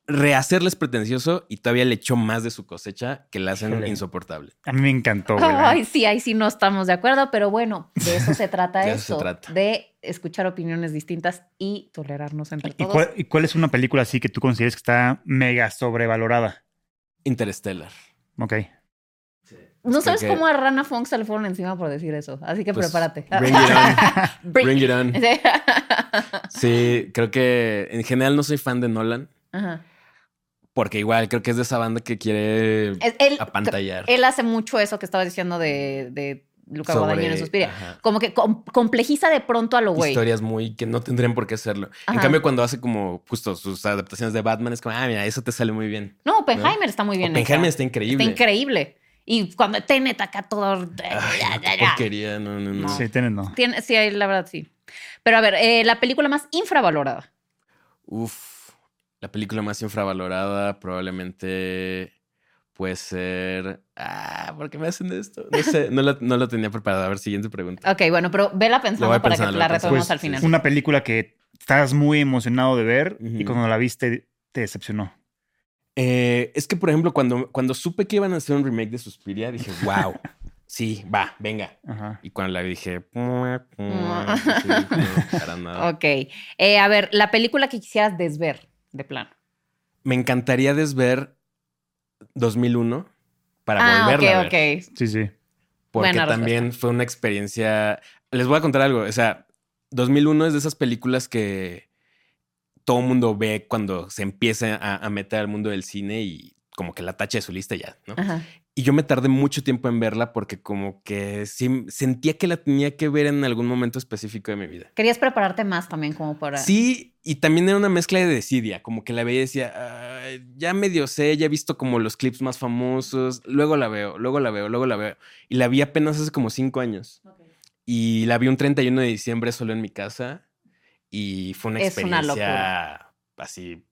Speaker 2: rehacerles pretencioso y todavía le echó más de su cosecha que la hacen
Speaker 3: Híjole.
Speaker 2: insoportable.
Speaker 3: A mí me encantó, güey. la
Speaker 1: Ay, sí, ahí sí no estamos de acuerdo, pero bueno, de eso se trata
Speaker 2: De
Speaker 1: eso.
Speaker 2: eso se trata.
Speaker 1: De escuchar opiniones distintas y tolerarnos entre
Speaker 3: ¿Y
Speaker 1: todos.
Speaker 3: cuál, y cuál es una película así que tú consideres que está mega sobrevalorada?
Speaker 2: Interstellar.
Speaker 3: Ok.
Speaker 1: no sabes
Speaker 2: que-
Speaker 1: cómo a Rana Funk se le fueron encima por decir eso, así que
Speaker 2: Pues,
Speaker 1: prepárate.
Speaker 2: Bring it on.
Speaker 1: Bring-
Speaker 2: Bring it on.
Speaker 1: Sí.
Speaker 2: Sí, creo que en general no soy fan de Nolan
Speaker 1: Ajá.
Speaker 2: porque igual creo que es de esa banda que quiere
Speaker 1: Es- Él,
Speaker 2: apantallar.
Speaker 1: él hace mucho eso que estaba diciendo de, de Luca
Speaker 2: sobre-
Speaker 1: Guadagnino en Suspiria.
Speaker 2: ajá,
Speaker 1: Como que com- complejiza de pronto a lo güey.
Speaker 2: Historias muy que no tendrían por qué hacerlo. En
Speaker 1: Ajá.
Speaker 2: cambio, cuando hace como justo sus adaptaciones de Batman, es como, ah, mira, eso te sale muy bien.
Speaker 1: No, Oppenheimer está muy bien.
Speaker 2: Oppenheimer
Speaker 1: hecha.
Speaker 2: está increíble.
Speaker 1: Está increíble. Y cuando Tenet acá todo...
Speaker 2: Ay, no, qué porquería, no, no, no.
Speaker 3: Sí, tienen, no.
Speaker 1: Tiene- sí, ahí la verdad sí. Pero a ver, eh, la película más infravalorada.
Speaker 2: Uf, la película más infravalorada probablemente puede ser. Ah, ¿por qué me hacen esto? No sé, no la, no la tenía preparada. A ver, siguiente pregunta.
Speaker 1: Ok, bueno, pero vela
Speaker 2: Lo
Speaker 1: pensando
Speaker 2: voy
Speaker 1: para
Speaker 2: pensando,
Speaker 1: que
Speaker 2: lo
Speaker 1: la
Speaker 2: voy pensando.
Speaker 1: retomemos
Speaker 3: Pues,
Speaker 1: al final.
Speaker 2: sí,
Speaker 3: Una película que estás muy emocionado de ver y
Speaker 2: Ujú.
Speaker 3: cuando la viste te decepcionó.
Speaker 2: Eh, es que, por ejemplo, cuando, cuando supe que iban a hacer un remake de Suspiria, dije, wow, sí, va, venga.
Speaker 3: Ajá.
Speaker 2: Y cuando la vi dije, "Mua, mua", sí, no, para nada.
Speaker 1: Ok. Eh, a ver, la película que quisieras desver, de plano.
Speaker 2: Me encantaría desver 2001 para
Speaker 1: ah, ok,
Speaker 2: volverla a ver,
Speaker 1: ok.
Speaker 3: Sí, sí.
Speaker 2: porque
Speaker 1: Buena
Speaker 2: también fue una experiencia. Les voy a contar algo, o sea, 2001 es de esas películas que todo mundo ve cuando se empieza a, a meter al mundo del cine y como que la tacha de su lista ya, ¿no?
Speaker 1: Ajá.
Speaker 2: Y yo me tardé mucho tiempo en verla porque como que sí sentía que la tenía que ver en algún momento específico de mi vida.
Speaker 1: Querías prepararte más también como para...
Speaker 2: Sí, y también era una mezcla de desidia, como que la veía y decía, "Ay, ya medio sé, ya he visto como los clips más famosos, luego la veo, luego la veo, luego la veo. Y la vi apenas hace como cinco años. Y la vi un 31 de diciembre solo en mi casa y fue una
Speaker 1: Es una
Speaker 2: experiencia así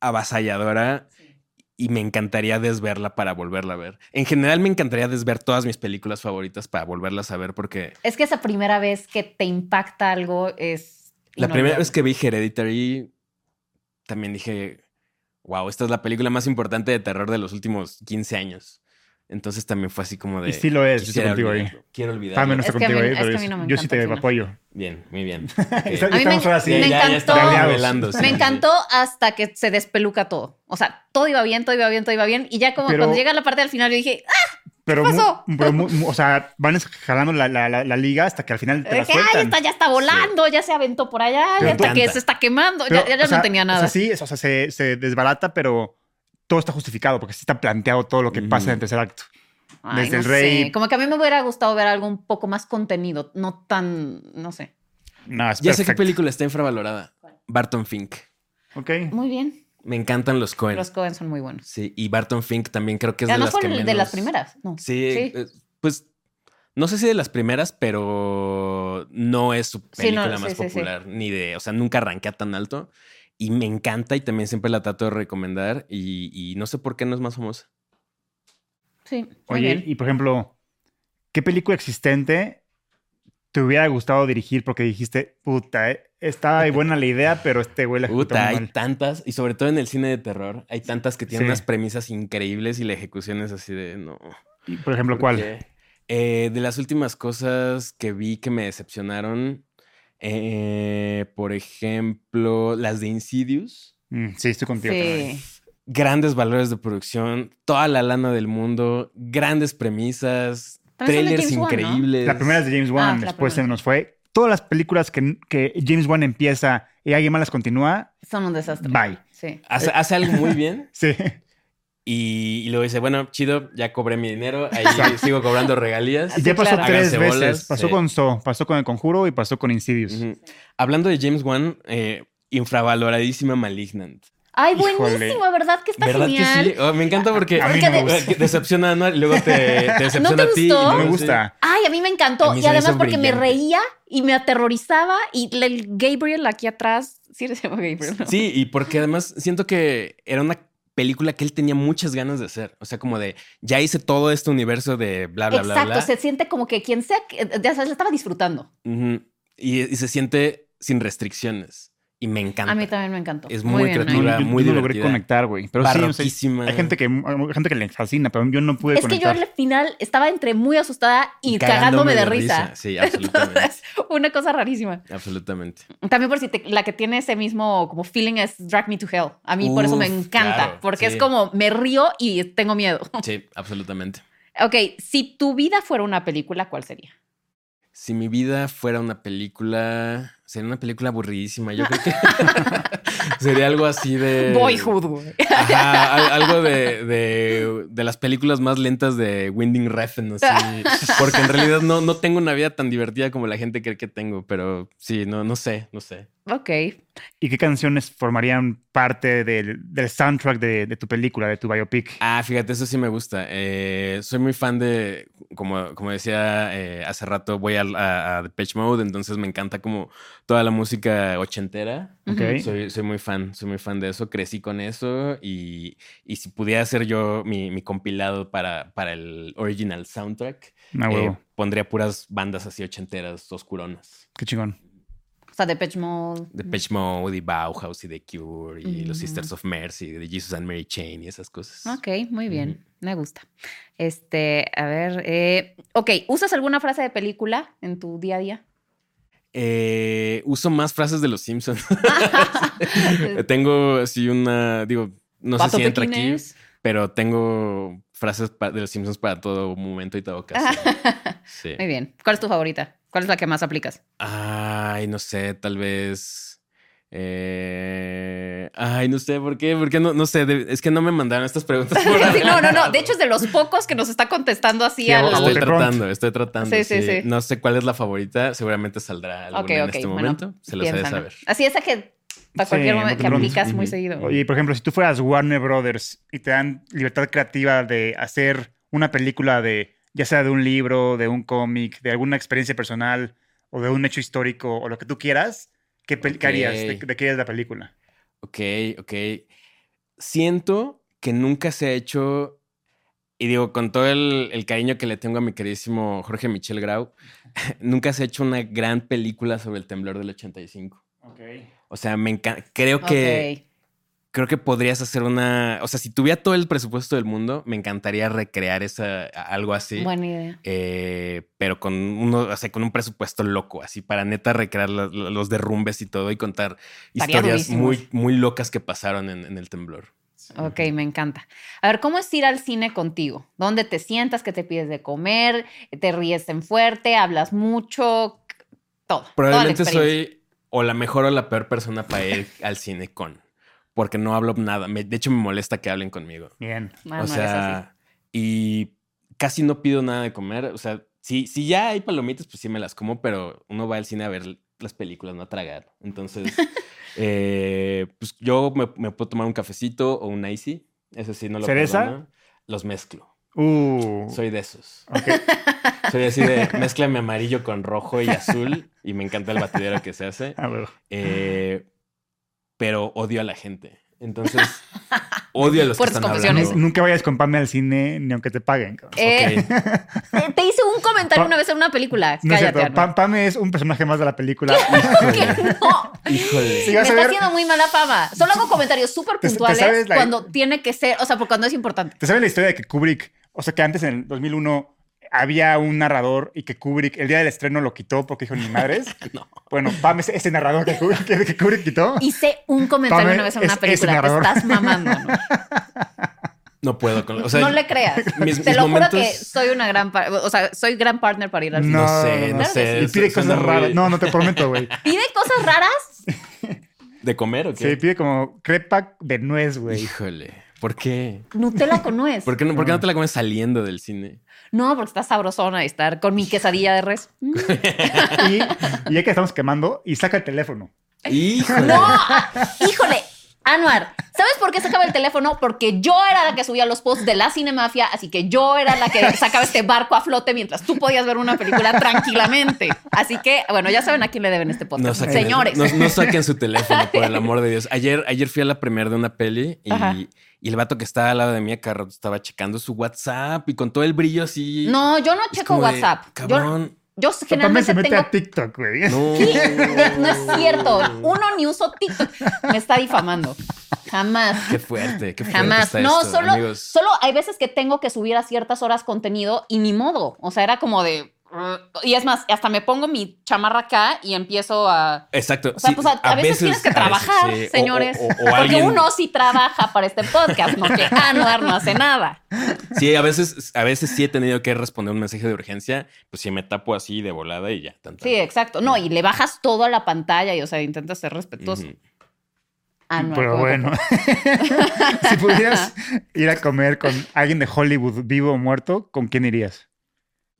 Speaker 2: avasalladora. y me encantaría desverla para volverla a ver. En general me encantaría desver todas mis películas favoritas para volverlas a ver porque
Speaker 1: Es que esa primera vez que te impacta algo es.
Speaker 2: la primera
Speaker 1: inolvidable.
Speaker 2: vez que vi Hereditary también dije, wow, esta es la película más importante de terror de los últimos 15 años. Entonces también fue así como de...
Speaker 3: Y sí lo es, yo estoy
Speaker 2: quisiera
Speaker 3: contigo ahí.
Speaker 2: olvidarlo, Quiero olvidarlo.
Speaker 3: Pame no
Speaker 1: Es
Speaker 3: está
Speaker 1: que a mí-
Speaker 3: contigo ahí,
Speaker 1: es que
Speaker 3: pero
Speaker 1: a mí no me
Speaker 3: yo sí te
Speaker 1: encanta el
Speaker 3: apoyo.
Speaker 2: Bien, muy bien.
Speaker 3: Está-
Speaker 2: Ok.
Speaker 1: A mí
Speaker 3: Estamos
Speaker 1: me-
Speaker 3: ahora sí.
Speaker 1: me
Speaker 2: Ya, ya, ya
Speaker 1: encantó.
Speaker 2: estaba
Speaker 3: Cableados.
Speaker 2: revelando, sí,
Speaker 1: Me
Speaker 2: sí.
Speaker 1: encantó hasta que se despeluca todo. O sea, todo iba bien, todo iba bien, todo iba bien. Y ya como
Speaker 3: Pero-
Speaker 1: cuando llega la parte del final, yo dije, ¡ah!
Speaker 3: Pero,
Speaker 1: ¿Qué pasó?
Speaker 3: mu- pero mu- mu- o sea, van jalando la, la- la- la liga hasta que al final te la
Speaker 1: Dije, ay,
Speaker 3: sueltan.
Speaker 1: esta ya está volando, ya se aventó por allá,
Speaker 2: Me
Speaker 1: ya está que
Speaker 2: encanta.
Speaker 1: se está quemando,
Speaker 3: Pero,
Speaker 1: ya, ya- ya
Speaker 3: o sea,
Speaker 1: no tenía nada.
Speaker 3: O sea, sí, es- o sea, se, se desbarata, pero todo está justificado porque sí está planteado todo lo que
Speaker 2: Ujú.
Speaker 3: pasa en el tercer acto.
Speaker 1: Ay,
Speaker 3: desde
Speaker 1: no
Speaker 3: el rey-
Speaker 1: sé. Como que a mí me hubiera gustado ver algo un poco más contenido, no tan, no sé.
Speaker 3: No, es
Speaker 2: Ya sé qué
Speaker 3: perfecto.
Speaker 2: película está infravalorada. Barton Fink.
Speaker 3: Ok.
Speaker 1: Muy bien.
Speaker 2: Me encantan los Coen.
Speaker 1: Los Cohen son muy buenos.
Speaker 2: Sí, y Barton Fink también creo que es de
Speaker 1: Además
Speaker 2: las que
Speaker 1: fueron de las
Speaker 2: menos-
Speaker 1: primeras, ¿no?
Speaker 2: Sí,
Speaker 1: Sí.
Speaker 2: eh, pues no sé si de las primeras, pero no es su
Speaker 1: Sí, no,
Speaker 2: película
Speaker 1: sí,
Speaker 2: más
Speaker 1: sí, sí.
Speaker 2: popular, ni de, o sea, nunca arranquea tan alto. Y me encanta y también siempre la trato de recomendar y, y no sé por qué no es más famosa.
Speaker 1: Sí, muy
Speaker 3: Oye,
Speaker 1: bien.
Speaker 3: y por ejemplo, ¿qué película existente te hubiera gustado dirigir porque dijiste, puta, eh, está ahí buena la idea, pero este güey la ejecutó
Speaker 2: Puta, hay
Speaker 3: muy mal"?
Speaker 2: tantas, y sobre todo en el cine de terror, hay tantas que tienen
Speaker 3: Sí.
Speaker 2: unas premisas increíbles y la ejecución es así de no.
Speaker 3: Y, Por ejemplo,
Speaker 2: ¿Por
Speaker 3: ¿cuál?
Speaker 2: qué? Eh, de las últimas cosas que vi que me decepcionaron, eh, por ejemplo, las de Insidious.
Speaker 3: Mm, sí, estoy contigo. carnal.
Speaker 1: Sí.
Speaker 2: Grandes valores de producción, toda la lana del mundo, grandes premisas,
Speaker 1: También son de
Speaker 2: trailers
Speaker 1: James Wan, ¿no?
Speaker 2: increíbles.
Speaker 3: La primera es de James
Speaker 1: Ah,
Speaker 3: Wan,
Speaker 1: la
Speaker 3: después se
Speaker 1: primera.
Speaker 3: nos fue. Todas las películas que, que James Wan empieza y alguien más las continúa,
Speaker 1: Son un desastre.
Speaker 3: bye.
Speaker 1: Sí.
Speaker 3: Eh.
Speaker 2: Hace, hace algo muy bien
Speaker 3: Sí.
Speaker 2: y, y luego dice, bueno, chido, ya cobré mi dinero, ahí sigo cobrando regalías.
Speaker 3: Y ya pasó
Speaker 1: claro.
Speaker 3: tres
Speaker 2: Háganse
Speaker 3: veces.
Speaker 2: bolas,
Speaker 3: pasó
Speaker 2: sí.
Speaker 3: con So, pasó con El Conjuro y pasó con Insidious.
Speaker 2: Ujú. Hablando de James Wan, eh, infravaloradísima Malignant.
Speaker 1: Ay,
Speaker 3: Híjole.
Speaker 1: buenísima, ¿verdad? Que está
Speaker 2: ¿Verdad
Speaker 1: genial.
Speaker 2: que sí? Oh, me encanta porque
Speaker 3: A mí
Speaker 1: Porque
Speaker 3: no me
Speaker 1: de-
Speaker 3: gusta.
Speaker 2: eh, decepciona a Anuar y luego te, te decepciona
Speaker 1: te
Speaker 2: a ti. y
Speaker 1: gustó?
Speaker 3: No me
Speaker 2: luego
Speaker 3: gusta.
Speaker 1: Ay, a mí me encantó.
Speaker 2: A mí
Speaker 1: y
Speaker 2: se me
Speaker 1: además
Speaker 2: hizo
Speaker 1: porque me
Speaker 2: brillante.
Speaker 1: reía y me aterrorizaba. Y le- el Gabriel aquí atrás. Sí, se llama Gabriel.
Speaker 2: sí.
Speaker 1: ¿no?
Speaker 2: Pues, Sí, y porque además siento que era una película que él tenía muchas ganas de hacer. O sea, como de, ya hice todo este universo de bla, bla,
Speaker 1: Exacto.
Speaker 2: bla, bla.
Speaker 1: Se siente como que quien sea, que- ya sabes, la estaba disfrutando.
Speaker 2: Ujú. y, y se siente sin restricciones. Y me encanta.
Speaker 1: A mí también me encantó.
Speaker 2: Es muy
Speaker 1: bien,
Speaker 2: creativa,
Speaker 1: ¿no?
Speaker 2: Iba muy
Speaker 3: yo no logré
Speaker 2: divertida.
Speaker 3: conectar, güey. Pero sí, no sé,
Speaker 2: Barroquísima.
Speaker 3: hay gente que hay gente que le fascina, pero yo no pude
Speaker 1: Es que yo
Speaker 3: conectar.
Speaker 1: al final estaba entre muy asustada y, cagándome, de, risa.
Speaker 2: Sí, absolutamente.
Speaker 1: Entonces, una cosa rarísima.
Speaker 2: absolutamente.
Speaker 1: También por si te- la que tiene ese mismo como feeling es Drag Me to Hell. A mí por eso me
Speaker 2: Uf,
Speaker 1: encanta,
Speaker 2: claro,
Speaker 1: porque es
Speaker 2: sí.
Speaker 1: como me río y tengo miedo.
Speaker 2: Sí, absolutamente.
Speaker 1: ok, si tu vida fuera una película, ¿cuál sería?
Speaker 2: Si mi vida fuera una película, sería una película aburridísima. Yo creo que sería algo así de.
Speaker 1: Boyhood. güey.
Speaker 2: Ajá, al- algo de, de, de las películas más lentas de Winding Refn, así. Porque en realidad no, no tengo una vida tan divertida como la gente cree que tengo, pero sí, no, no sé, no sé.
Speaker 1: Ok.
Speaker 3: ¿Y qué canciones formarían parte del, del soundtrack de, de tu película, de tu biopic?
Speaker 2: Ah, fíjate, eso sí me gusta. Eh, soy muy fan de, como, como decía eh, hace rato, voy al- a, a Depeche Mode, entonces me encanta como toda la música ochentera.
Speaker 3: Ok.
Speaker 1: Ujú.
Speaker 2: Soy, soy muy fan, soy muy fan de eso, crecí con eso y, y si pudiera hacer yo mi, mi compilado para, para el original soundtrack,
Speaker 3: Una Ah, huevo.
Speaker 2: eh, pondría puras bandas así ochenteras, oscuronas.
Speaker 3: Qué chingón.
Speaker 1: O sea, Depeche Mode.
Speaker 2: De Pitch Mode y Bauhaus y The Cure y los
Speaker 1: Mm.
Speaker 2: Sisters of Mercy, de Jesus and Mary Chain y esas cosas.
Speaker 1: Ok, muy bien. Me gusta. Este, a ver. eh, ok, ¿usas alguna frase de película en tu día a día?
Speaker 2: Eh, uso más frases de los Simpsons. tengo así una, digo, no sé
Speaker 1: Pato
Speaker 2: si entra aquí,
Speaker 1: Pequines.
Speaker 2: pero tengo frases pa- de los Simpsons para todo momento y todo caso. Sí.
Speaker 1: Muy bien. ¿Cuál es tu favorita? ¿Cuál es la que más aplicas?
Speaker 2: Ay, no sé, tal vez. eh, ay, no sé por qué, porque no, no sé, de- es que no me mandaron estas preguntas. por
Speaker 1: Sí, no, no, no.
Speaker 2: adelantado.
Speaker 1: De hecho, es de los pocos que nos está contestando así
Speaker 3: Sí, a
Speaker 1: al.
Speaker 3: vos
Speaker 2: estoy
Speaker 3: bote pronto.
Speaker 2: tratando, estoy tratando.
Speaker 1: Sí,
Speaker 2: Sí,
Speaker 1: sí, sí.
Speaker 2: No sé cuál es la favorita, seguramente saldrá alguna
Speaker 1: Ok,
Speaker 2: en
Speaker 1: ok,
Speaker 2: este
Speaker 1: bueno,
Speaker 2: momento. Se los haré
Speaker 1: piénsalo.
Speaker 2: saber.
Speaker 1: Así esa que para
Speaker 3: Sí,
Speaker 1: cualquier momento
Speaker 3: bote
Speaker 1: que
Speaker 3: pronto.
Speaker 1: aplicas muy
Speaker 2: Ujú.
Speaker 1: seguido.
Speaker 3: Oye, por ejemplo, si tú fueras Warner Brothers y te dan libertad creativa de hacer una película de, ya sea de un libro, de un cómic, de alguna experiencia personal o de un hecho histórico o lo que tú quieras, ¿qué, pel- qué harías?
Speaker 2: Ok.
Speaker 3: ¿De, de qué es la película?
Speaker 2: Ok, ok. Siento que nunca se ha hecho. Y digo, con todo el, el cariño que le tengo a mi queridísimo Jorge Michel Grau, nunca se ha hecho una gran película sobre el temblor del 85. O sea, me encanta. Creo que
Speaker 1: Ok.
Speaker 2: creo que podrías hacer una. O sea, si tuviera todo el presupuesto del mundo, me encantaría recrear esa, a- algo así.
Speaker 1: Buena idea.
Speaker 2: Eh, pero con uno, o sea, con un presupuesto loco, así para neta recrear la- la- los derrumbes y todo y contar
Speaker 1: Estaría
Speaker 2: historias
Speaker 1: durísimo.
Speaker 2: muy, muy locas que pasaron en, en el temblor.
Speaker 1: Ok, me encanta. A ver, ¿cómo es ir al cine contigo? ¿Dónde te sientas? ¿Qué te pides de comer? ¿Te ríes en fuerte? ¿Hablas mucho? C- Todo. toda la
Speaker 2: Probablemente
Speaker 1: experiencia.
Speaker 2: soy o la mejor o la peor persona para ir al cine con, porque no hablo nada. Me- de hecho, me molesta que hablen conmigo.
Speaker 3: Bien.
Speaker 1: Ah,
Speaker 2: o
Speaker 1: no eres así.
Speaker 2: sea, y casi no pido nada de comer. O sea, si, si ya hay palomitas, pues sí me las como, pero uno va al cine a ver las películas, no a tragar. Entonces, eh, pues yo me, me puedo tomar un cafecito o un icy. Eso sí, no lo
Speaker 3: ¿Cereza?
Speaker 2: perdono. Los mezclo.
Speaker 3: Uh.
Speaker 2: Soy de esos.
Speaker 3: Ok.
Speaker 2: Soy así de mezclame amarillo con rojo y azul. Y me encanta el batidero que se hace.
Speaker 3: A ver.
Speaker 2: Eh, pero odio a la gente. Entonces, odio a los que
Speaker 1: Fuertes
Speaker 2: están
Speaker 1: confesiones.
Speaker 2: hablando.
Speaker 1: Claro.
Speaker 3: Nunca vayas con Pame al cine ni aunque te paguen. cabrón.
Speaker 1: Eh,
Speaker 2: Ok.
Speaker 1: Te hice un comentario
Speaker 3: Pa-
Speaker 1: una vez en una película.
Speaker 3: No es
Speaker 1: Cállate.
Speaker 3: cierto.
Speaker 1: Arnold.
Speaker 3: Pam- Pame es un personaje más de la película.
Speaker 1: ¿Qué? No.
Speaker 2: Híjole.
Speaker 3: Sí,
Speaker 1: me
Speaker 3: vas a
Speaker 1: está
Speaker 3: ver-
Speaker 1: haciendo muy mala fama. Solo hago comentarios súper
Speaker 3: Te- te
Speaker 1: puntuales
Speaker 3: sabes la-
Speaker 1: cuando tiene que ser, o sea, por cuando es importante.
Speaker 3: ¿Te sabes la historia de que Kubrick, o sea, que antes en el 2001 había un narrador y que Kubrick el día del estreno lo quitó porque dijo ni madres?
Speaker 2: No.
Speaker 3: Bueno, Pam es ese narrador que Kubrick, que- que Kubrick quitó.
Speaker 1: Hice un comentario
Speaker 3: Pame,
Speaker 1: una vez en
Speaker 3: es-
Speaker 1: una
Speaker 3: es
Speaker 1: película. Te
Speaker 3: narrador.
Speaker 1: estás mamando. ¿no?
Speaker 2: No puedo con. O sea,
Speaker 1: no le creas.
Speaker 2: mis-
Speaker 1: Te
Speaker 2: mis
Speaker 1: lo
Speaker 2: momentos-
Speaker 1: juro que soy una gran, par- o sea, soy gran partner para ir al cine.
Speaker 2: No sé,
Speaker 1: Claro
Speaker 2: no
Speaker 1: que
Speaker 2: sé.
Speaker 3: Y pide
Speaker 2: suena
Speaker 3: cosas
Speaker 2: muy-
Speaker 3: raras. No, no te prometo, güey.
Speaker 1: Pide cosas raras.
Speaker 2: ¿De comer o
Speaker 3: Sí,
Speaker 2: qué?
Speaker 3: pide como crepa de nuez, güey.
Speaker 2: Híjole. ¿Por qué?
Speaker 1: Nutella con nuez.
Speaker 2: ¿Por qué, no, por qué no te la comes saliendo del cine?
Speaker 1: No, porque está sabrosona y estar con mi quesadilla de res. Mm.
Speaker 3: Y, y ya que estamos quemando, y saca el teléfono.
Speaker 2: Híjole.
Speaker 1: Eh, No, híjole. Anuar, ¿sabes por qué sacaba el teléfono? Porque yo era la que subía los posts de la Cinemafia, así que yo era la que sacaba este barco a flote mientras tú podías ver una película tranquilamente. Así que, bueno, ya saben a quién le deben este
Speaker 2: No
Speaker 1: podcast.
Speaker 2: saquen,
Speaker 1: Señores.
Speaker 2: no- no saquen su teléfono, por el amor de Dios. Ayer, ayer fui a la premier de una peli y,
Speaker 1: Ajá.
Speaker 2: y el vato que estaba al lado de mí acá rato estaba checando su WhatsApp y con todo el brillo así.
Speaker 1: No, yo no
Speaker 2: Es
Speaker 1: checo
Speaker 2: como de,
Speaker 1: WhatsApp. Yo,
Speaker 2: Cabrón.
Speaker 1: yo
Speaker 3: Pame
Speaker 1: generalmente
Speaker 3: se mete
Speaker 1: tengo
Speaker 3: a TikTok, güey.
Speaker 2: No.
Speaker 1: No es cierto. Uno ni uso TikTok. Me está difamando. Jamás.
Speaker 2: Qué fuerte, qué fuerte.
Speaker 1: Jamás.
Speaker 2: está
Speaker 1: No,
Speaker 2: esto,
Speaker 1: solo,
Speaker 2: amigos.
Speaker 1: solo hay veces que tengo que subir a ciertas horas contenido y ni modo. O sea, era como de. "Ugh". Y es más, hasta me pongo mi chamarra acá y empiezo a.
Speaker 2: Exacto.
Speaker 1: O sea, pues a, a veces, tienes que
Speaker 2: a veces,
Speaker 1: trabajar,
Speaker 2: sí. O-
Speaker 1: señores.
Speaker 2: o- o- o
Speaker 1: Porque
Speaker 2: alguien-
Speaker 1: uno sí trabaja para este podcast, no que Anuar no hace nada.
Speaker 2: Sí, a veces, a veces sí he tenido que responder un mensaje de urgencia, pues sí me tapo así de volada y ya. tan, tan.
Speaker 1: Sí, eh, exacto. No, y le bajas todo a la pantalla y, o sea, intentas ser respetuoso.
Speaker 2: Ujú.
Speaker 1: Anuar,
Speaker 3: Pero
Speaker 1: ¿cómo te
Speaker 3: bueno, si pudieras ir a comer con alguien de Hollywood vivo o muerto, ¿con quién irías?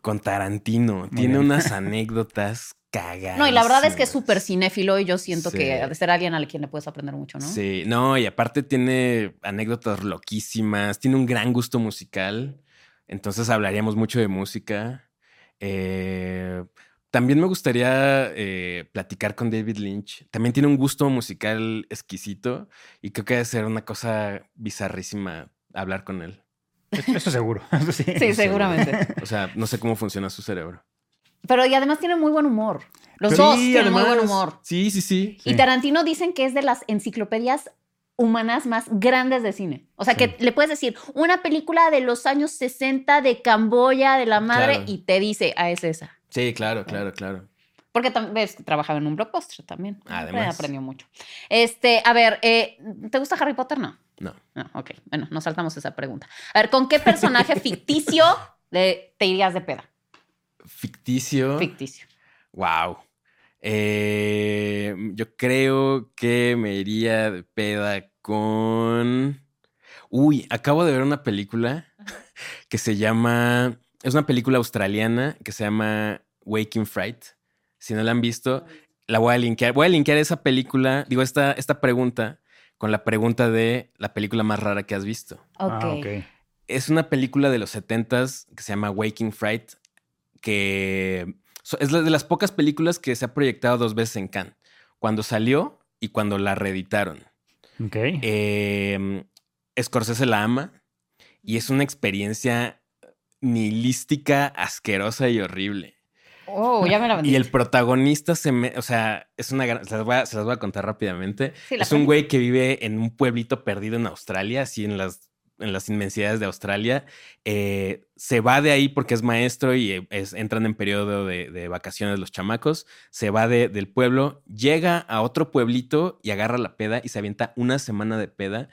Speaker 2: Con Tarantino, tiene
Speaker 3: bien.
Speaker 2: unas anécdotas cagadas.
Speaker 1: No, y la verdad es que es súper cinéfilo y yo siento
Speaker 2: Sí.
Speaker 1: que ha de ser alguien al quien le puedes aprender mucho, ¿no?
Speaker 2: Sí, no, y aparte tiene anécdotas loquísimas, tiene un gran gusto musical, entonces hablaríamos mucho de música. Eh, también me gustaría eh, platicar con David Lynch, también tiene un gusto musical exquisito y creo que debe ser una cosa bizarrísima hablar con él.
Speaker 3: Eso seguro. Eso sí.
Speaker 1: Sí, seguramente.
Speaker 2: O sea, no sé cómo funciona su cerebro.
Speaker 1: Pero y además tiene muy buen humor. Los
Speaker 2: Pero-
Speaker 1: dos
Speaker 2: Sí,
Speaker 1: tienen muy
Speaker 2: además.
Speaker 1: buen humor.
Speaker 2: Sí, sí, sí.
Speaker 1: Y Tarantino dicen que es de las enciclopedias humanas más grandes de cine. O sea, que le puedes decir una película de los años 60 de Camboya, de la madre,
Speaker 2: Claro.
Speaker 1: y te dice, ah, es esa.
Speaker 2: Sí, claro, claro, claro.
Speaker 1: Porque también ves que trabajaba en un blockbuster también.
Speaker 2: Además.
Speaker 1: Aprendió mucho. Este, a ver, eh, ¿te gusta Harry Potter? No.
Speaker 2: No.
Speaker 1: No, ok. Bueno, nos saltamos esa pregunta. A ver, ¿con qué personaje ficticio le- te irías de peda?
Speaker 2: Ficticio.
Speaker 1: Ficticio.
Speaker 2: wow. Eh, yo creo que me iría de peda con. Uy, acabo de ver una película que se llama. Es una película australiana que se llama Waking Fright. Si no la han visto, la voy a linkear. Voy a linkear esa película, digo, esta, esta pregunta con la pregunta de la película más rara que has visto.
Speaker 3: Ah,
Speaker 1: ok.
Speaker 3: ok.
Speaker 2: es una película de los 70s que se llama Waking Fright, que so- es la- de las pocas películas que se ha proyectado dos veces en Cannes,
Speaker 3: Eh,
Speaker 2: cuando salió y cuando la reeditaron.
Speaker 3: Ok.
Speaker 2: Eh, Scorsese la ama y es una experiencia nihilística, asquerosa y horrible.
Speaker 1: Oh, ya me la vendí.
Speaker 2: Y el protagonista se me, o sea, es una gran, se las voy a, se las voy a contar rápidamente.
Speaker 1: Sí, la
Speaker 2: es un
Speaker 1: cuenta.
Speaker 2: güey que vive en un pueblito perdido en Australia, así en las, en las inmensidades de Australia. Eh, se va de ahí porque es maestro y eh, es- entran en periodo de, de vacaciones los chamacos. Se va de- del pueblo, llega a otro pueblito y agarra la peda y se avienta una semana de peda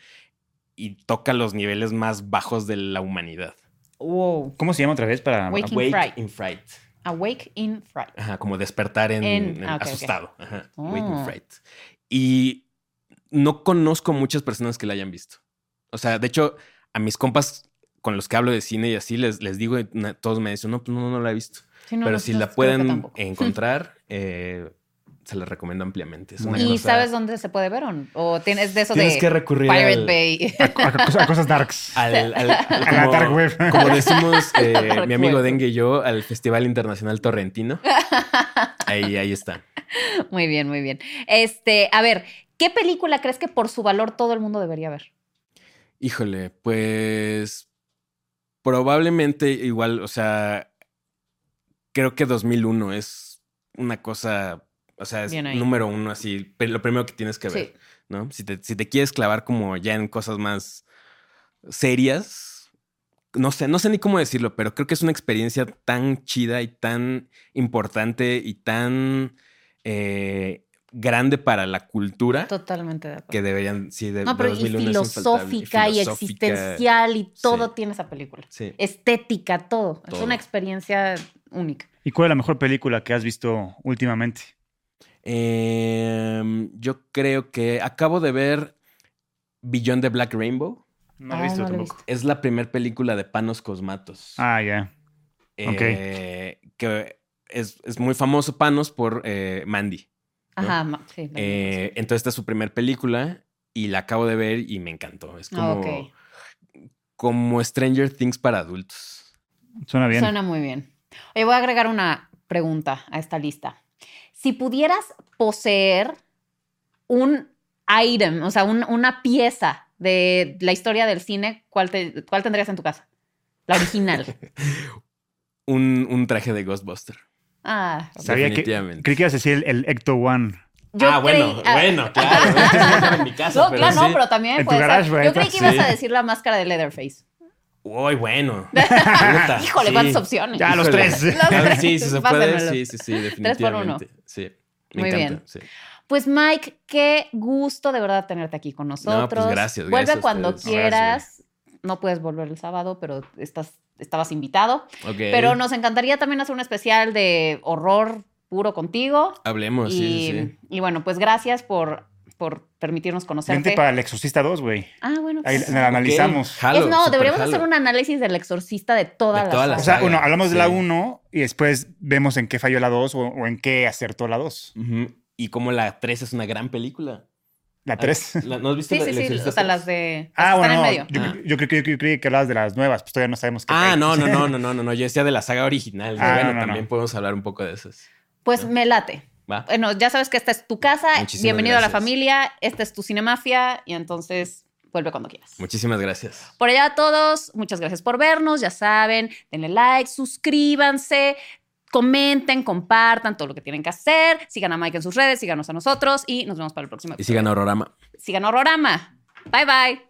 Speaker 2: y toca los niveles más bajos de la humanidad.
Speaker 1: Wow.
Speaker 3: ¿Cómo se llama otra vez para
Speaker 1: Wait. Waking
Speaker 2: Awake
Speaker 1: fright.
Speaker 2: in fright.
Speaker 1: Awake in Fright.
Speaker 2: Ajá, como despertar en,
Speaker 1: En-
Speaker 2: en
Speaker 1: ah, ok, ok.
Speaker 2: asustado. Ajá,
Speaker 1: Oh.
Speaker 2: Waking Fright. Y no conozco muchas personas que la hayan visto. O sea, de hecho, a mis compas con los que hablo de cine y así les, les digo, y na- todos me dicen, no, pues no, no la he visto.
Speaker 1: Sí, no,
Speaker 2: Pero
Speaker 1: no,
Speaker 2: si
Speaker 1: no,
Speaker 2: la
Speaker 1: creo que
Speaker 2: pueden
Speaker 1: tampoco.
Speaker 2: encontrar, eh, se la recomiendo ampliamente. Es una
Speaker 1: ¿Y
Speaker 2: cosa-
Speaker 1: sabes dónde se puede ver o, no? ¿O tienes de eso
Speaker 2: Tienes
Speaker 1: de
Speaker 2: que recurrir
Speaker 1: Pirate
Speaker 2: al,
Speaker 1: Bay?
Speaker 3: A, a cosas- a cosas darks.
Speaker 2: al- al- al-
Speaker 3: a la
Speaker 2: como-
Speaker 3: dark web.
Speaker 2: Como decimos eh, mi amigo
Speaker 1: Recuerdo.
Speaker 2: Dengue y yo al Festival Internacional Torrentino. Ahí, ahí está.
Speaker 1: Muy bien, muy bien. Este, a ver, ¿qué película crees que por su valor todo el mundo debería ver?
Speaker 2: Híjole, pues probablemente igual, o sea, creo que 2001 es una cosa, o sea, es
Speaker 1: Bien ahí.
Speaker 2: número uno, así, pe- lo primero que tienes que ver,
Speaker 1: Sí.
Speaker 2: ¿no? Si te, si te quieres clavar como ya en cosas más serias, no sé, no sé ni cómo decirlo, pero creo que es una experiencia tan chida y tan importante y tan eh, grande para la cultura.
Speaker 1: Totalmente de acuerdo.
Speaker 2: Que deberían, sí, de,
Speaker 1: no,
Speaker 2: de
Speaker 1: pero y
Speaker 2: 2001 es infaltable,
Speaker 1: filosófica y
Speaker 2: filosófica.
Speaker 1: existencial y todo
Speaker 2: sí.
Speaker 1: tiene esa película.
Speaker 2: Sí.
Speaker 1: Estética, todo. Es
Speaker 2: Todo.
Speaker 1: una experiencia única.
Speaker 3: ¿Y cuál es la mejor película que has visto últimamente?
Speaker 2: Em, yo creo que acabo de ver Beyond the Black Rainbow.
Speaker 3: No
Speaker 1: la he Ah, visto no la he tampoco. visto.
Speaker 2: Es la primera película de Panos Cosmatos.
Speaker 3: Ah, ya. ok.
Speaker 2: Eh, Que es, es muy famoso Panos por eh, Mandy. ¿no?
Speaker 1: Ajá, ma- sí. la
Speaker 2: Eh,
Speaker 1: misma
Speaker 2: entonces, esta es su primera película y la acabo de ver y me encantó. Es como,
Speaker 1: Ah, ok.
Speaker 2: como Stranger Things para adultos.
Speaker 3: Suena bien.
Speaker 1: Suena muy bien. Oye, voy a agregar una pregunta a esta lista. Si pudieras poseer un item, o sea, un- una pieza de la historia del cine, ¿cuál, te- cuál tendrías en tu casa? La original.
Speaker 2: Un, un traje de Ghostbuster.
Speaker 1: Ah,
Speaker 3: Sabía que.
Speaker 2: definitivamente.
Speaker 3: Creí que ibas a decir el, el Ecto One.
Speaker 1: yo
Speaker 2: ah, bueno,
Speaker 1: creí- ah,
Speaker 2: bueno, claro. no te sientas en mi casa,
Speaker 1: No, claro, no,
Speaker 2: sí.
Speaker 1: pero también
Speaker 3: En tu
Speaker 1: puede ser.
Speaker 3: garage, güey,
Speaker 1: Yo creí que ibas
Speaker 2: sí.
Speaker 1: a decir la máscara de Leatherface.
Speaker 2: Uy, bueno. Puta,
Speaker 1: Híjole,
Speaker 2: Ah, sí.
Speaker 1: cuántas opciones.
Speaker 3: Ya, los
Speaker 2: Híjole.
Speaker 3: tres.
Speaker 1: Los tres.
Speaker 2: Sí, sí, se puede.
Speaker 1: Pásenmelo.
Speaker 2: Sí, sí, sí,
Speaker 1: Tres por uno.
Speaker 2: definitivamente. Sí. Me
Speaker 1: Muy
Speaker 2: encanta.
Speaker 1: bien.
Speaker 2: sí.
Speaker 1: Pues Mike, qué gusto de verdad tenerte aquí con nosotros.
Speaker 2: pues, gracias,
Speaker 1: Vuelve
Speaker 2: gracias a
Speaker 1: cuando
Speaker 2: ustedes.
Speaker 1: quieras. no puedes volver el sábado, pero estás, estabas invitado.
Speaker 2: Ok.
Speaker 1: Pero nos encantaría también hacer un especial de horror puro contigo.
Speaker 2: Hablemos,
Speaker 1: y,
Speaker 2: Pues sí, sí, sí.
Speaker 1: y bueno, pues gracias por, por permitirnos conocerte.
Speaker 3: Vente para el Exorcista 2, güey.
Speaker 1: Ah, bueno.
Speaker 3: Ahí
Speaker 1: pues-
Speaker 3: la analizamos.
Speaker 2: Ok, jalo,
Speaker 1: es, no,
Speaker 2: súper
Speaker 1: deberíamos
Speaker 2: jalo.
Speaker 1: hacer un análisis del exorcista de toda
Speaker 2: De
Speaker 1: la
Speaker 2: todas las
Speaker 3: O sea,
Speaker 2: saga,
Speaker 3: bueno, hablamos de la
Speaker 2: sí.
Speaker 3: 1 y después vemos en qué falló la 2 o, o en qué acertó la 2.
Speaker 2: Ujú. Y como la 3 es una gran película. Ah,
Speaker 3: La 3.
Speaker 2: La- ¿No has visto
Speaker 1: Sí,
Speaker 2: la-
Speaker 1: sí,
Speaker 2: el
Speaker 1: sí.
Speaker 2: Exorcista
Speaker 1: O sea,
Speaker 2: tres?
Speaker 1: las de. las
Speaker 3: Ah,
Speaker 1: que
Speaker 3: bueno,
Speaker 1: están
Speaker 3: no,
Speaker 1: en medio.
Speaker 3: yo,
Speaker 2: medio.
Speaker 3: yo, creí que- yo creí que hablabas de las nuevas, pues todavía no sabemos qué
Speaker 2: Ah,
Speaker 3: fue.
Speaker 2: no, no, no, no, no, no, no. Yo decía de la saga original.
Speaker 3: Ah,
Speaker 2: bueno,
Speaker 3: no, no,
Speaker 2: también
Speaker 3: no.
Speaker 2: podemos hablar un poco de esas.
Speaker 1: Pues me late.
Speaker 2: Va.
Speaker 1: Bueno, ya sabes que esta es tu casa.
Speaker 2: Muchísimas
Speaker 1: Bienvenido a la
Speaker 2: gracias.
Speaker 1: familia. Esta es tu cinemafia. Y entonces vuelve cuando quieras.
Speaker 2: Muchísimas gracias.
Speaker 1: Por allá a todos, muchas gracias por vernos. Ya saben, denle like, suscríbanse, comenten, compartan todo lo que tienen que hacer. Sigan a Mike en sus redes, síganos a nosotros y nos vemos para el próximo
Speaker 2: Y
Speaker 1: episodio.
Speaker 2: sigan a Horrorama.
Speaker 1: Sigan Horrorama. Bye bye.